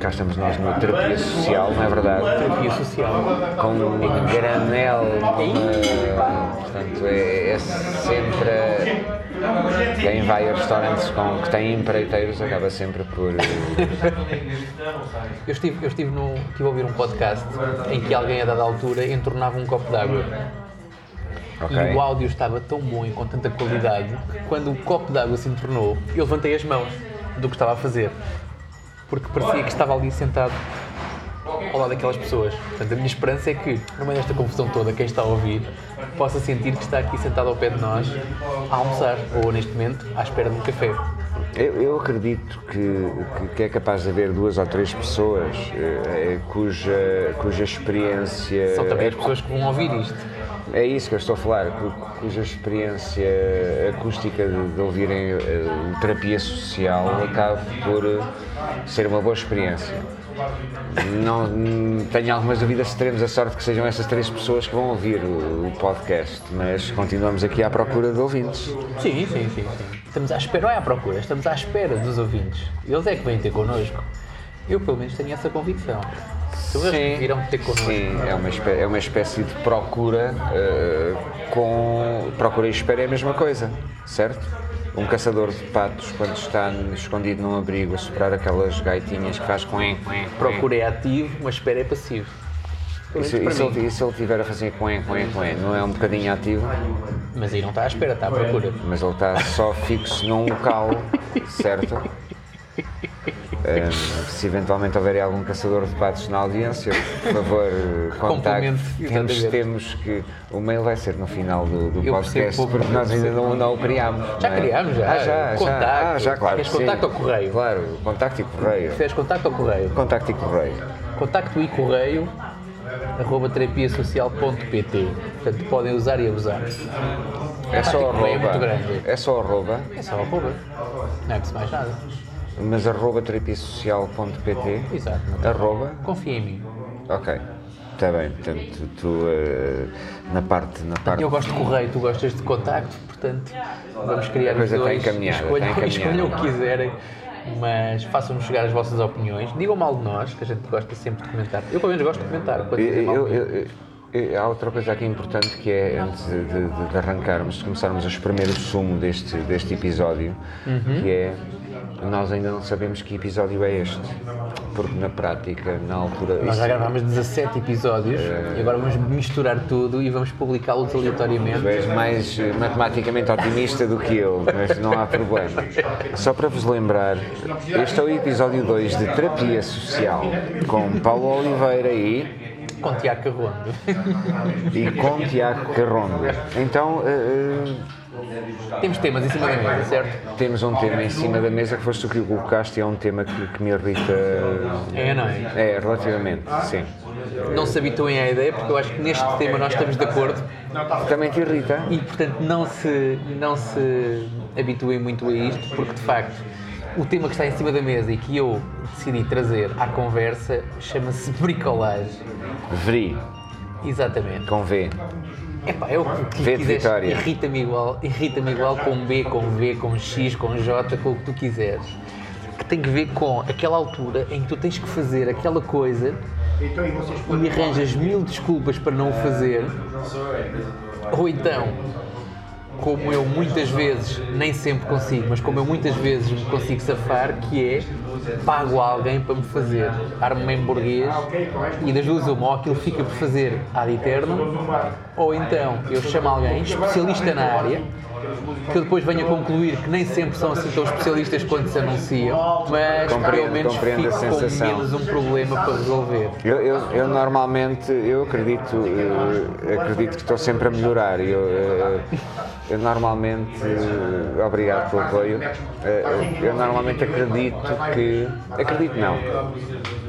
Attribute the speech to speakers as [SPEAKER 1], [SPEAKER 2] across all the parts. [SPEAKER 1] cá estamos nós numa terapia social, não é verdade?
[SPEAKER 2] Terapia social.
[SPEAKER 1] Com granel, eh, portanto, é, é sempre. eh, Quem vai a restaurantes com, que têm empreiteiros acaba sempre por. eh,
[SPEAKER 2] Eu estive, eu estive, num, estive a ouvir um podcast em que alguém a dada altura entornava um copo de água. E
[SPEAKER 1] Ok.
[SPEAKER 2] o áudio estava tão bom e com tanta qualidade que quando o copo de água se entornou, eu levantei as mãos do que estava a fazer. Porque parecia que estava ali sentado ao lado daquelas pessoas. Portanto, a minha esperança é que, no meio desta confusão toda, quem está a ouvir possa sentir que está aqui sentado ao pé de nós a almoçar, ou neste momento, à espera de um café.
[SPEAKER 1] Eu, eu acredito que, que- que é capaz de haver duas ou três pessoas eh, eh, cuja, cuja experiência.
[SPEAKER 2] São também
[SPEAKER 1] é
[SPEAKER 2] as pessoas que vão ouvir isto.
[SPEAKER 1] É isso que eu estou a falar, cu- cuja experiência acústica de, de ouvirem eh, terapia social acaba por eh, ser uma boa experiência. Não hum, tenho algumas dúvidas se teremos a sorte que sejam essas três pessoas que vão ouvir o, o podcast, mas continuamos aqui à procura de ouvintes.
[SPEAKER 2] Sim, sim, sim. sim. Estamos à espera, não é à procura, estamos à espera dos ouvintes. Eles é que vêm ter connosco. Eu, pelo menos, tenho essa convicção. São eles que virão ter connosco.
[SPEAKER 1] Sim, é uma, espé- é uma espécie de procura eh, com. Procura e espera é a mesma coisa, certo? Um caçador de patos, quando está escondido num abrigo a soprar aquelas gaitinhas que faz com.
[SPEAKER 2] Procura é ativo, mas espera é passivo. Pelo
[SPEAKER 1] E
[SPEAKER 2] menos
[SPEAKER 1] se, e
[SPEAKER 2] para
[SPEAKER 1] se
[SPEAKER 2] mim.
[SPEAKER 1] ele, e se ele tiver a fazer coen, coen, coen, não é um bocadinho ativo,
[SPEAKER 2] Mas aí não está à espera, está à procura.
[SPEAKER 1] mas ele está só fixo num local, certo? Eh, se eventualmente houver algum caçador de patos na audiência, por favor, eh, contacte.
[SPEAKER 2] Complemente,
[SPEAKER 1] Temos,
[SPEAKER 2] exatamente.
[SPEAKER 1] temos que. O mail vai ser no final do, do
[SPEAKER 2] Eu
[SPEAKER 1] podcast,
[SPEAKER 2] percebo pouco,
[SPEAKER 1] porque
[SPEAKER 2] eu
[SPEAKER 1] nós ainda
[SPEAKER 2] percebo
[SPEAKER 1] não, não o criámos.
[SPEAKER 2] Já
[SPEAKER 1] não é?
[SPEAKER 2] criámos, já.
[SPEAKER 1] Ah, já, já.
[SPEAKER 2] Contacto.
[SPEAKER 1] Ah, já, claro.
[SPEAKER 2] Queres
[SPEAKER 1] que sim.
[SPEAKER 2] contacto ou correio?
[SPEAKER 1] Claro, contacto e correio.
[SPEAKER 2] Fez contacto ao correio.
[SPEAKER 1] Contacto e correio.
[SPEAKER 2] Contacto e correio arroba terapiasocial.pt Portanto, podem usar e abusar.
[SPEAKER 1] É só
[SPEAKER 2] Contacto e correio é muito
[SPEAKER 1] arroba.
[SPEAKER 2] grande.
[SPEAKER 1] É só arroba,
[SPEAKER 2] É só arroba. Não é preciso mais nada.
[SPEAKER 1] mas arroba terapiasocial.pt.
[SPEAKER 2] Exato.
[SPEAKER 1] Arroba.
[SPEAKER 2] Confia em mim.
[SPEAKER 1] Ok. Está bem. Portanto, tu eh, na parte. Na parte
[SPEAKER 2] Eu gosto de correio, tu gostas de contacto, portanto vamos criar
[SPEAKER 1] A coisa
[SPEAKER 2] os dois.
[SPEAKER 1] está encaminhada,
[SPEAKER 2] escolham,
[SPEAKER 1] está encaminhada.
[SPEAKER 2] escolham o que quiserem, mas façam-nos chegar as vossas opiniões. Digam mal de nós, que a gente gosta sempre de comentar. Eu pelo menos gosto de comentar. Quando
[SPEAKER 1] Eu-
[SPEAKER 2] dizem mal de
[SPEAKER 1] eu-
[SPEAKER 2] mim.
[SPEAKER 1] eu- eu- há outra coisa aqui importante que é, antes de, de- de arrancarmos, de começarmos a espremer o sumo deste, deste episódio,
[SPEAKER 2] Uhum.
[SPEAKER 1] que é, nós ainda não sabemos que episódio é este, porque na prática, na altura...
[SPEAKER 2] Nós
[SPEAKER 1] isso-
[SPEAKER 2] já gravámos 17 episódios e agora vamos misturar tudo e vamos publicá-los
[SPEAKER 1] Tu
[SPEAKER 2] aleatoriamente.
[SPEAKER 1] és mais eh, matematicamente otimista do que eu, mas não há problema. Só para vos lembrar, este é o episódio 2 de Terapia Social, com Paulo Oliveira e...
[SPEAKER 2] Com Tiago Carrondo.
[SPEAKER 1] e com Tiago Carrondo. Então, eh,
[SPEAKER 2] Temos temas em cima da mesa, certo?
[SPEAKER 1] eh, temos um tema em cima da mesa que foste tu que o colocaste e é um tema que, que me irrita.
[SPEAKER 2] É, não é?
[SPEAKER 1] É, relativamente, sim.
[SPEAKER 2] Não se habituem à ideia, porque eu acho que neste tema nós estamos de acordo
[SPEAKER 1] Também te irrita?
[SPEAKER 2] E portanto não se, não se habituem muito a isto, porque de facto o tema que está em cima da mesa e que eu decidi trazer à conversa chama-se bricolagem.
[SPEAKER 1] Vri,
[SPEAKER 2] Exatamente.
[SPEAKER 1] com V.
[SPEAKER 2] Epá, é o que
[SPEAKER 1] Vê de
[SPEAKER 2] quiseres.
[SPEAKER 1] Vitória.
[SPEAKER 2] Irrita-me igual, irrita-me igual com B, com V, com X, com J, com o que tu quiseres. Que tem que ver com aquela altura em que tu tens que fazer aquela coisa e arranjas mil desculpas para não o fazer. Ou então, como eu muitas vezes, nem sempre consigo, mas como eu muitas vezes me consigo safar, que é pago a alguém para me fazer, armo-me em burguês e das duas uma, ou aquilo fica por fazer ad eterno, ou então eu chamo alguém, especialista na área, que eu depois venho a concluir que nem sempre são assim tão especialistas quanto se anunciam, mas
[SPEAKER 1] Compreendo,
[SPEAKER 2] pelo menos
[SPEAKER 1] compreendo a
[SPEAKER 2] fico com
[SPEAKER 1] sensação.
[SPEAKER 2] menos um problema para resolver.
[SPEAKER 1] Eu, eu- eu normalmente, eu acredito, eh, acredito que estou sempre a melhorar. Eu, eh, eu normalmente, eh, obrigado pelo apoio, Eh, eu normalmente acredito que, acredito não,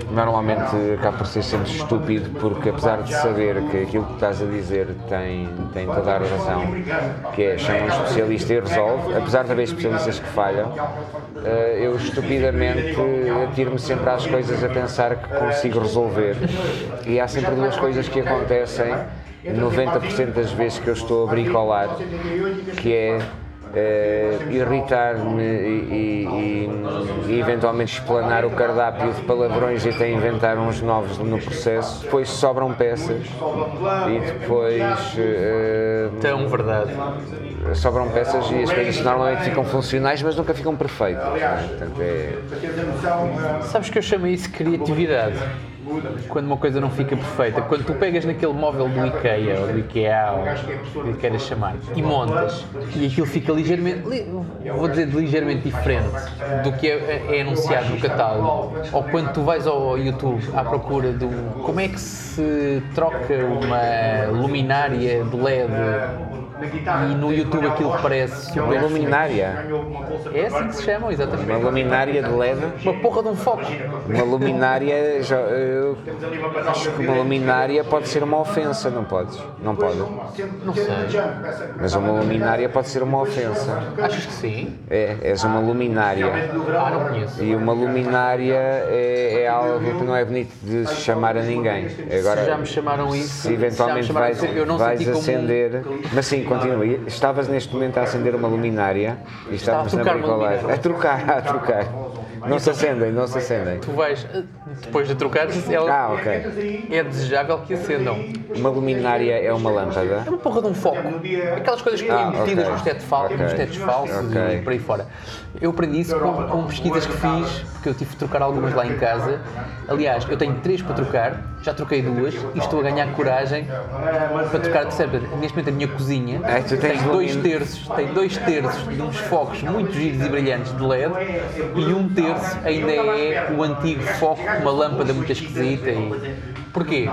[SPEAKER 1] normalmente acabo por ser sempre estúpido porque apesar de saber que aquilo que estás a dizer tem, tem toda a razão, que é chama um especialista e resolve, apesar de haver especialistas que falham, eh, eu estupidamente atiro-me sempre às coisas a pensar que consigo resolver. E há sempre duas coisas que acontecem 90% das vezes que eu estou a bricolar, que é eh, irritar-me e, e- e- e eventualmente explanar o cardápio de palavrões e até inventar uns novos no processo. Depois sobram peças e depois eh,
[SPEAKER 2] Tão Então, verdade.
[SPEAKER 1] sobram peças e as coisas normalmente ficam funcionais, mas nunca ficam perfeitas. não é? Portanto, é-
[SPEAKER 2] Sabes que eu chamo isso de criatividade. Quando uma coisa não fica perfeita, quando tu pegas naquele móvel do IKEA ou do IKEA ou o que queiras chamar e montas e aquilo fica ligeiramente, li- vou dizer de ligeiramente diferente do que é, é anunciado no catálogo, ou quando tu vais ao YouTube à procura do como é que se troca uma luminária de LED e no YouTube aquilo parece
[SPEAKER 1] Uma
[SPEAKER 2] super
[SPEAKER 1] luminária,
[SPEAKER 2] É assim que se chamam, exatamente.
[SPEAKER 1] uma luminária de LED
[SPEAKER 2] Uma porra de um foco.
[SPEAKER 1] Uma luminária, já, eu acho que uma luminária pode ser uma ofensa, não podes? Não pode.
[SPEAKER 2] Não sei.
[SPEAKER 1] Mas uma luminária pode ser uma ofensa.
[SPEAKER 2] Achas que sim?
[SPEAKER 1] É, és uma luminária.
[SPEAKER 2] Ah, não conheço.
[SPEAKER 1] E uma luminária é, é algo que não é bonito de se chamar a ninguém. Agora,
[SPEAKER 2] Se já me chamaram isso,
[SPEAKER 1] se eventualmente
[SPEAKER 2] se já me chamaram
[SPEAKER 1] vais,
[SPEAKER 2] isso, eu não
[SPEAKER 1] vais
[SPEAKER 2] senti como- um-
[SPEAKER 1] acender. Mas sim, continua. E Estavas neste momento a acender uma luminária e estávamos na
[SPEAKER 2] trocar uma
[SPEAKER 1] bricolagem.
[SPEAKER 2] luminária.
[SPEAKER 1] A trocar, a trocar. Não se acendem, não se acendem.
[SPEAKER 2] Tu vais, eh, depois de trocar,
[SPEAKER 1] Ah,
[SPEAKER 2] ela
[SPEAKER 1] ok.
[SPEAKER 2] é desejável que acendam.
[SPEAKER 1] Uma luminária é uma lâmpada?
[SPEAKER 2] É uma porra de um foco. Aquelas coisas que
[SPEAKER 1] Ah,
[SPEAKER 2] têm metidas
[SPEAKER 1] ok.
[SPEAKER 2] nos, tetos fal-
[SPEAKER 1] Ok.
[SPEAKER 2] nos tetos falsos
[SPEAKER 1] Ok.
[SPEAKER 2] e por aí fora. Eu aprendi isso com, com pesquisas que fiz, porque eu tive de trocar algumas lá em casa. Aliás, eu tenho três para trocar, já troquei duas e estou a ganhar coragem para trocar a terceira. Portanto, Neste momento a minha cozinha
[SPEAKER 1] Ah, tu tens
[SPEAKER 2] tem dois
[SPEAKER 1] lumin-
[SPEAKER 2] terços, tem dois terços de uns focos muito giros e brilhantes de LED e um terço ainda é o antigo foco com uma lâmpada muito esquisita. E... Porquê?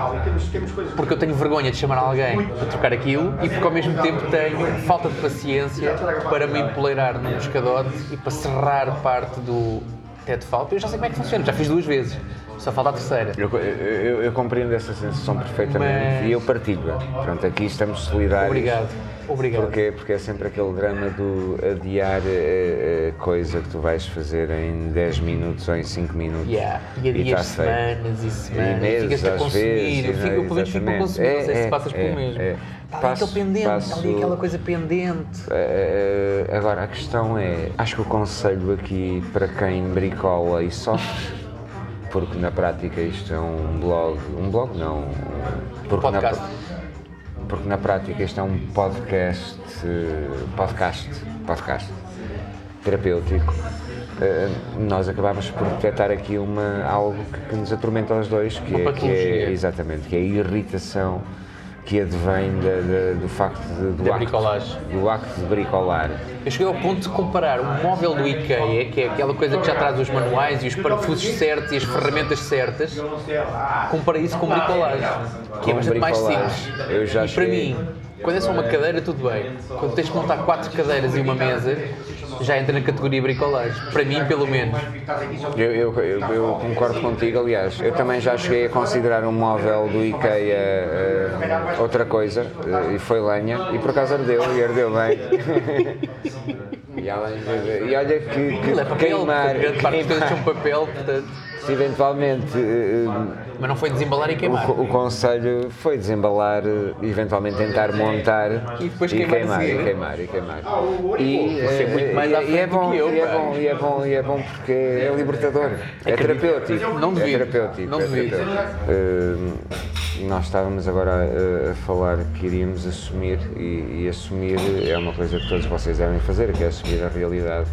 [SPEAKER 2] porque eu tenho vergonha de chamar alguém para trocar aquilo e porque ao mesmo tempo tenho falta de paciência para me empoleirar num escadote e para serrar parte do teto falta. Eu já sei como é que funciona, já fiz duas vezes, só falta a terceira.
[SPEAKER 1] Eu, eu- eu compreendo essa sensação perfeitamente
[SPEAKER 2] Mas-
[SPEAKER 1] e eu partilho-a. Pronto, aqui estamos solidários.
[SPEAKER 2] Obrigado, obrigado.
[SPEAKER 1] Porquê? Porque é sempre aquele drama do adiar a, a coisa que tu vais fazer em 10 minutos ou em 5 minutos.
[SPEAKER 2] Yeah. E há
[SPEAKER 1] E
[SPEAKER 2] dias,
[SPEAKER 1] tá feito.
[SPEAKER 2] semanas e semanas,
[SPEAKER 1] meses,
[SPEAKER 2] e ficas-te a
[SPEAKER 1] às
[SPEAKER 2] consumir, eu
[SPEAKER 1] vezes,
[SPEAKER 2] fico, pelo menos fico a
[SPEAKER 1] exatamente.
[SPEAKER 2] consumir, não
[SPEAKER 1] É,
[SPEAKER 2] sei
[SPEAKER 1] é,
[SPEAKER 2] se passas
[SPEAKER 1] é,
[SPEAKER 2] pelo mesmo.
[SPEAKER 1] é.
[SPEAKER 2] Está ali
[SPEAKER 1] Passo-
[SPEAKER 2] aquele pendente, está ali
[SPEAKER 1] passo-
[SPEAKER 2] aquela coisa pendente.
[SPEAKER 1] Eh, agora, a questão é, acho que o conselho aqui para quem bricola e sofre, porque na prática isto é um blog, um blog não, porque na-
[SPEAKER 2] Podcast.
[SPEAKER 1] porque na prática isto é um podcast, eh, podcast, podcast terapêutico. Eh, Nós acabámos por detectar aqui uma, algo que, que nos atormenta aos dois, que, é, que
[SPEAKER 2] patologia.
[SPEAKER 1] é exatamente, que é a irritação que advém da- da- do facto de, do
[SPEAKER 2] Da
[SPEAKER 1] acto-
[SPEAKER 2] bricolagem.
[SPEAKER 1] do acto de bricolar.
[SPEAKER 2] Eu cheguei ao ponto de comparar um móvel do IKEA, que é aquela coisa que já traz os manuais e os parafusos certos e as ferramentas certas, compara isso com bricolagem, que é
[SPEAKER 1] Com
[SPEAKER 2] bastante mais
[SPEAKER 1] bricolagem.
[SPEAKER 2] simples.
[SPEAKER 1] Eu já
[SPEAKER 2] e para
[SPEAKER 1] cheguei-
[SPEAKER 2] mim, quando é só uma cadeira, tudo bem. Quando tens que montar quatro cadeiras e uma mesa, já entra na categoria bricolagem. Para mim, pelo menos.
[SPEAKER 1] Eu, eu- eu- eu concordo contigo, aliás. Eu também já cheguei a considerar um móvel do IKEA eh, outra coisa, eh, e foi lenha, e por acaso ardeu, e ardeu bem. e, além de- e olha que,
[SPEAKER 2] Aquilo é
[SPEAKER 1] que
[SPEAKER 2] papel,
[SPEAKER 1] queimar,
[SPEAKER 2] porque grande parte das coisas
[SPEAKER 1] queimar,
[SPEAKER 2] são papel, portanto.
[SPEAKER 1] se eventualmente eh, eh,
[SPEAKER 2] Mas não foi desembalar e
[SPEAKER 1] O,
[SPEAKER 2] queimar.
[SPEAKER 1] co- o conselho foi desembalar, eh, eventualmente tentar montar
[SPEAKER 2] E depois
[SPEAKER 1] e
[SPEAKER 2] queimar a
[SPEAKER 1] queimar, e
[SPEAKER 2] seguir.
[SPEAKER 1] queimar, e queimar.
[SPEAKER 2] Ah, E, você é muito mais
[SPEAKER 1] e-
[SPEAKER 2] à
[SPEAKER 1] e é
[SPEAKER 2] frente
[SPEAKER 1] bom,
[SPEAKER 2] do que eu,
[SPEAKER 1] e é
[SPEAKER 2] pá.
[SPEAKER 1] bom, e é bom, e é bom porque é libertador, é terapêutico,
[SPEAKER 2] Não
[SPEAKER 1] é
[SPEAKER 2] duvido,
[SPEAKER 1] terapêutico.
[SPEAKER 2] não
[SPEAKER 1] é
[SPEAKER 2] duvido.
[SPEAKER 1] terapêutico. Eh, nós estávamos agora eh, a falar que iríamos assumir e, e assumir é uma coisa que todos vocês devem fazer, que é assumir a realidade.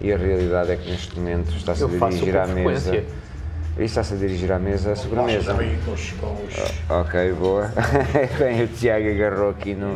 [SPEAKER 1] E a realidade é que neste momento está-se a
[SPEAKER 2] Eu faço
[SPEAKER 1] dirigir
[SPEAKER 2] com
[SPEAKER 1] à mesa.
[SPEAKER 2] frequência.
[SPEAKER 1] E está-se a dirigir à mesa, à sobremesa. Ok, boa. Bem, o Tiago agarrou aqui no,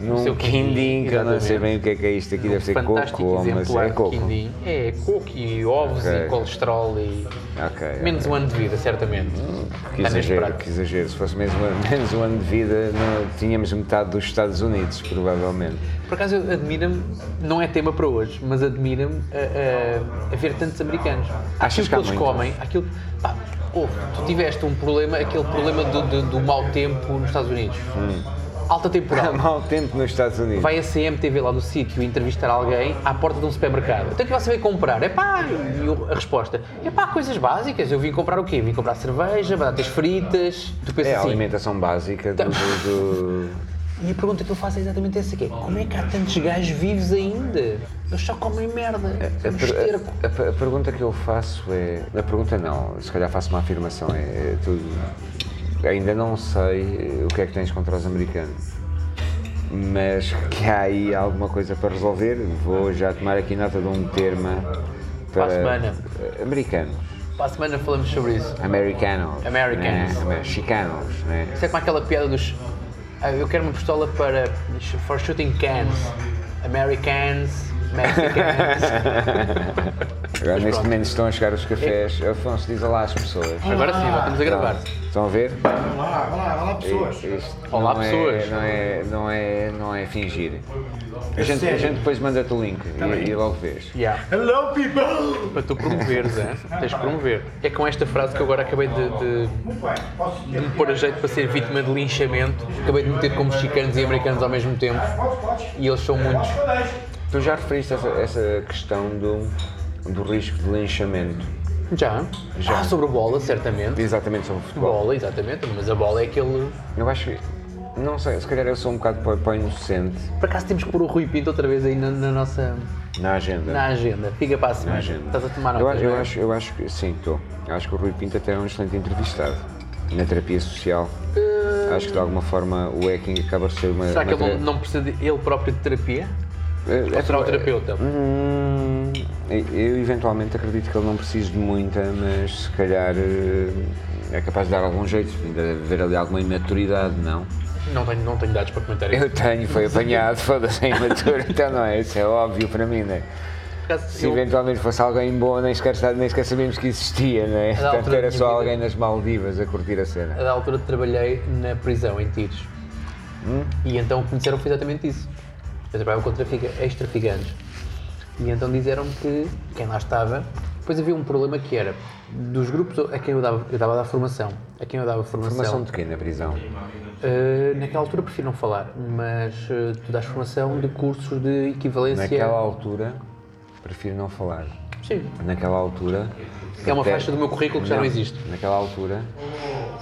[SPEAKER 1] num
[SPEAKER 2] seu quindim,
[SPEAKER 1] quindim, que eu não sei
[SPEAKER 2] exatamente.
[SPEAKER 1] bem o que é que é isto aqui, deve ser
[SPEAKER 2] Fantástico
[SPEAKER 1] coco, ou- mas
[SPEAKER 2] exemplar
[SPEAKER 1] é
[SPEAKER 2] de
[SPEAKER 1] coco.
[SPEAKER 2] quindim. É coco e ovos
[SPEAKER 1] Ok.
[SPEAKER 2] e colesterol e
[SPEAKER 1] Ok. ok.
[SPEAKER 2] menos um ano de vida, certamente.
[SPEAKER 1] Hum, que
[SPEAKER 2] Está neste
[SPEAKER 1] exagero,
[SPEAKER 2] prato.
[SPEAKER 1] que exagero. Se fosse mesmo, menos um ano de vida, não, tínhamos metade dos Estados Unidos, provavelmente.
[SPEAKER 2] Por acaso eu- admira-me, não é tema para hoje, mas admira-me a, a- a ver tantos americanos.
[SPEAKER 1] Achas
[SPEAKER 2] aquilo
[SPEAKER 1] que
[SPEAKER 2] que
[SPEAKER 1] há
[SPEAKER 2] eles
[SPEAKER 1] muito?
[SPEAKER 2] comem, aquilo. Pá, ouve, tu tiveste um problema, aquele problema do, do, do mau tempo nos Estados Unidos.
[SPEAKER 1] Hum.
[SPEAKER 2] Alta
[SPEAKER 1] Há
[SPEAKER 2] temporada.
[SPEAKER 1] mau tempo nos Estados Unidos.
[SPEAKER 2] Vai a CMTV lá do sítio entrevistar alguém à porta de um supermercado. Então o que vai saber comprar? É pá, e eu- a resposta é pá, coisas básicas. Eu vim comprar o quê? Vim comprar cerveja, batatas fritas. Tu pensas
[SPEAKER 1] É a
[SPEAKER 2] assim,
[SPEAKER 1] alimentação básica do. do, do-
[SPEAKER 2] E a pergunta que eu faço é exatamente essa que é, como é que há tantos gajos vivos ainda? Eles só comem merda,
[SPEAKER 1] A,
[SPEAKER 2] um
[SPEAKER 1] per-
[SPEAKER 2] esterco.
[SPEAKER 1] a- a per- a pergunta que eu faço é. A pergunta não, se calhar faço uma afirmação, é tudo. Ainda não sei eh, o que é que tens contra os americanos. Mas que há aí alguma coisa para resolver, vou já tomar aqui nota de um termo para.
[SPEAKER 2] semana.
[SPEAKER 1] eh, Americanos.
[SPEAKER 2] Para a semana falamos sobre isso.
[SPEAKER 1] Americanos.
[SPEAKER 2] Americans.
[SPEAKER 1] Né? Amer- Chicanos, né?
[SPEAKER 2] Isso é como aquela piada dos. "Ah, eu quero uma pistola para. for shooting cans. Americans, Mexicans.
[SPEAKER 1] Agora neste
[SPEAKER 2] pronto.
[SPEAKER 1] momento estão a chegar os cafés. Afonso, diz olá às pessoas.
[SPEAKER 2] Agora sim, já estamos a gravar.
[SPEAKER 1] Estão a ver?
[SPEAKER 3] Olá, olá, olá pessoas.
[SPEAKER 1] Isto
[SPEAKER 2] Olá,
[SPEAKER 1] não é-
[SPEAKER 2] pessoas.
[SPEAKER 1] não, é, não, é, não é fingir. A
[SPEAKER 3] É
[SPEAKER 1] gente, a
[SPEAKER 3] sério. Tá
[SPEAKER 1] gente depois manda-te o link e-
[SPEAKER 3] bem.
[SPEAKER 1] e, logo vês.
[SPEAKER 2] Yeah.
[SPEAKER 3] Hello people!
[SPEAKER 2] Para tu promoveres, é? Tens de promover. É com esta frase que eu agora acabei de, de,
[SPEAKER 3] Muito bem, posso
[SPEAKER 2] de me pôr a jeito para ser vítima de linchamento. Acabei de meter como mexicanos e americanos ao mesmo tempo.
[SPEAKER 3] Podes, podes.
[SPEAKER 2] E eles são muitos.
[SPEAKER 1] Tu já referiste essa, essa questão do, do risco de linchamento.
[SPEAKER 2] Já? Já. Ah, sobre a bola, certamente.
[SPEAKER 1] Exatamente sobre o futebol.
[SPEAKER 2] Bola, exatamente. Mas a bola é aquele.
[SPEAKER 1] Eu acho que. Não sei, se calhar eu sou um bocado para, para o inocente
[SPEAKER 2] Por acaso temos que pôr o Rui Pinto outra vez aí na, na nossa.
[SPEAKER 1] na agenda.
[SPEAKER 2] na agenda. Fica para a semana.
[SPEAKER 1] agenda.
[SPEAKER 2] Estás a tomar
[SPEAKER 1] eu,
[SPEAKER 2] notas,
[SPEAKER 1] acho- eu,
[SPEAKER 2] não é?
[SPEAKER 1] acho, eu acho que sim, estou. Acho que o Rui Pinto até é um excelente entrevistado na terapia social. Acho que de alguma forma o hacking acaba por ser uma.
[SPEAKER 2] Eh, Será que
[SPEAKER 1] uma
[SPEAKER 2] ele
[SPEAKER 1] tra-
[SPEAKER 2] não, não precisa de ele próprio de terapia?
[SPEAKER 1] Eh,
[SPEAKER 2] Ou
[SPEAKER 1] essa-
[SPEAKER 2] será o terapeuta?
[SPEAKER 1] Hum, eu eventualmente acredito que ele não precise de muita, mas se calhar eh, é capaz de dar algum jeito, ainda deve haver ali alguma imaturidade, não?
[SPEAKER 2] Não tenho, não tenho dados para comentar isso.
[SPEAKER 1] Eu tenho, foi apanhado, foda-se, é imaturo, então não é, isso é óbvio para mim, não é?
[SPEAKER 2] Por acaso,
[SPEAKER 1] Se
[SPEAKER 2] eu-
[SPEAKER 1] eventualmente fosse alguém bom, nem sequer, sa- nem sequer sabíamos que existia, não é?
[SPEAKER 2] da
[SPEAKER 1] Portanto,
[SPEAKER 2] altura
[SPEAKER 1] era
[SPEAKER 2] da
[SPEAKER 1] só
[SPEAKER 2] minha
[SPEAKER 1] alguém nas Maldivas a curtir a
[SPEAKER 2] a
[SPEAKER 1] cena.
[SPEAKER 2] da altura trabalhei na prisão, em tiros.
[SPEAKER 1] Hum?
[SPEAKER 2] E então o que me disseram foi exatamente isso. Eu trabalhava com trafica- ex-traficantes. E então disseram que quem lá estava. Depois havia um problema que era dos grupos a quem eu dava, eu dava a dar formação. A quem eu dava formação.
[SPEAKER 1] Formação de quê na prisão?
[SPEAKER 2] eh, naquela altura prefiro não falar, mas eh, tu dás formação de cursos de equivalência.
[SPEAKER 1] Naquela altura, prefiro não falar.
[SPEAKER 2] Sim.
[SPEAKER 1] Naquela altura.
[SPEAKER 2] É uma
[SPEAKER 1] até-
[SPEAKER 2] faixa do meu currículo que já não existe.
[SPEAKER 1] Naquela altura.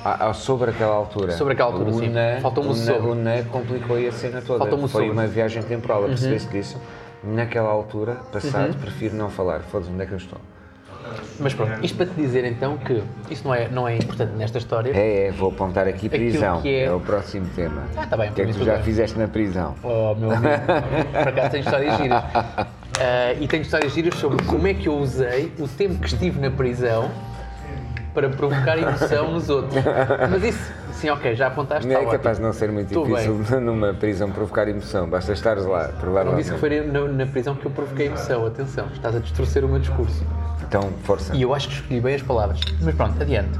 [SPEAKER 1] Ah, ah, sobre aquela altura.
[SPEAKER 2] Sobre aquela altura,
[SPEAKER 1] o
[SPEAKER 2] sim.
[SPEAKER 1] Na,
[SPEAKER 2] Faltou-me
[SPEAKER 1] o
[SPEAKER 2] o
[SPEAKER 1] na,
[SPEAKER 2] sobre.
[SPEAKER 1] o na complicou aí a cena toda.
[SPEAKER 2] Faltou-me o
[SPEAKER 1] Foi
[SPEAKER 2] sobre. Uhum.
[SPEAKER 1] uma viagem temporal, percebeste disso? Naquela altura, passado, prefiro não falar. Foda-se, onde é que eu estou?
[SPEAKER 2] Mas pronto, isto para te dizer então que isso não é, não é importante nesta história.
[SPEAKER 1] É, é, vou apontar aqui prisão.
[SPEAKER 2] que é-
[SPEAKER 1] o próximo tema.
[SPEAKER 2] Ah, tá bem,
[SPEAKER 1] O que é que
[SPEAKER 2] por mim
[SPEAKER 1] tu
[SPEAKER 2] tudo
[SPEAKER 1] já
[SPEAKER 2] bem.
[SPEAKER 1] fizeste na prisão?
[SPEAKER 2] Oh, meu amigo, por acaso tenho histórias giras. Ah, e tenho histórias giras sobre como é que eu usei o tempo que estive na prisão para provocar emoção nos outros. Mas isso, sim, ok, já apontaste,
[SPEAKER 1] Não
[SPEAKER 2] está
[SPEAKER 1] é
[SPEAKER 2] ótimo.
[SPEAKER 1] capaz de não ser muito
[SPEAKER 2] Tô
[SPEAKER 1] difícil numa prisão provocar emoção, basta estares lá,
[SPEAKER 2] Não
[SPEAKER 1] provavelmente.
[SPEAKER 2] disse que foi na, na prisão que eu provoquei emoção, atenção, estás a distorcer o meu discurso.
[SPEAKER 1] Então, força.
[SPEAKER 2] E eu acho que escolhi bem as palavras. Mas pronto, adiante.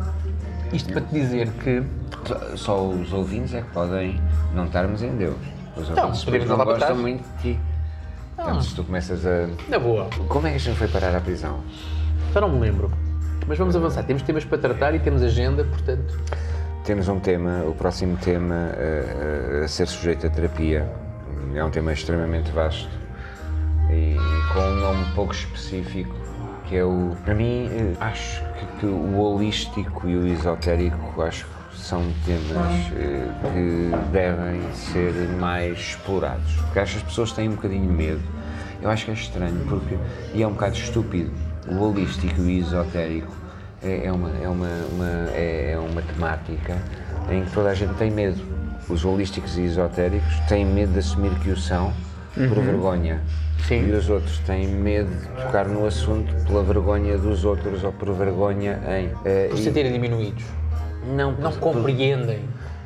[SPEAKER 2] Isto para te dizer que
[SPEAKER 1] Só- Só os ouvintes é que podem não estarmos em Deus. Os
[SPEAKER 2] Não,
[SPEAKER 1] ouvintes depois
[SPEAKER 2] Então, podemos
[SPEAKER 1] não
[SPEAKER 2] lá
[SPEAKER 1] gostam
[SPEAKER 2] botar. Ah.
[SPEAKER 1] muito de ti. Portanto, se tu começas a.
[SPEAKER 2] Na boa.
[SPEAKER 1] Como é que a gente foi parar à prisão?
[SPEAKER 2] Já não me lembro. Mas vamos avançar. Temos temas para tratar e temos agenda, portanto.
[SPEAKER 1] Temos um tema, o próximo tema eh, a, a- a ser sujeito a terapia. É um tema extremamente vasto e com um nome pouco específico, que é o. Para mim, eh, acho que, que o holístico e o esotérico acho que são temas eh, que devem ser mais explorados. Porque acho que as pessoas têm um bocadinho de medo. Eu acho que é estranho, porque. E é um bocado estúpido. O holístico e o esotérico é, é uma, é, uma, uma- é, é uma temática em que toda a gente tem medo. Os holísticos e esotéricos têm medo de assumir que o são por vergonha.
[SPEAKER 2] Sim.
[SPEAKER 1] E os outros têm medo de tocar no assunto pela vergonha dos outros ou por vergonha em. eh,
[SPEAKER 2] Por
[SPEAKER 1] e-
[SPEAKER 2] se terem diminuídos.
[SPEAKER 1] não,
[SPEAKER 2] Não
[SPEAKER 1] por-
[SPEAKER 2] compreendem.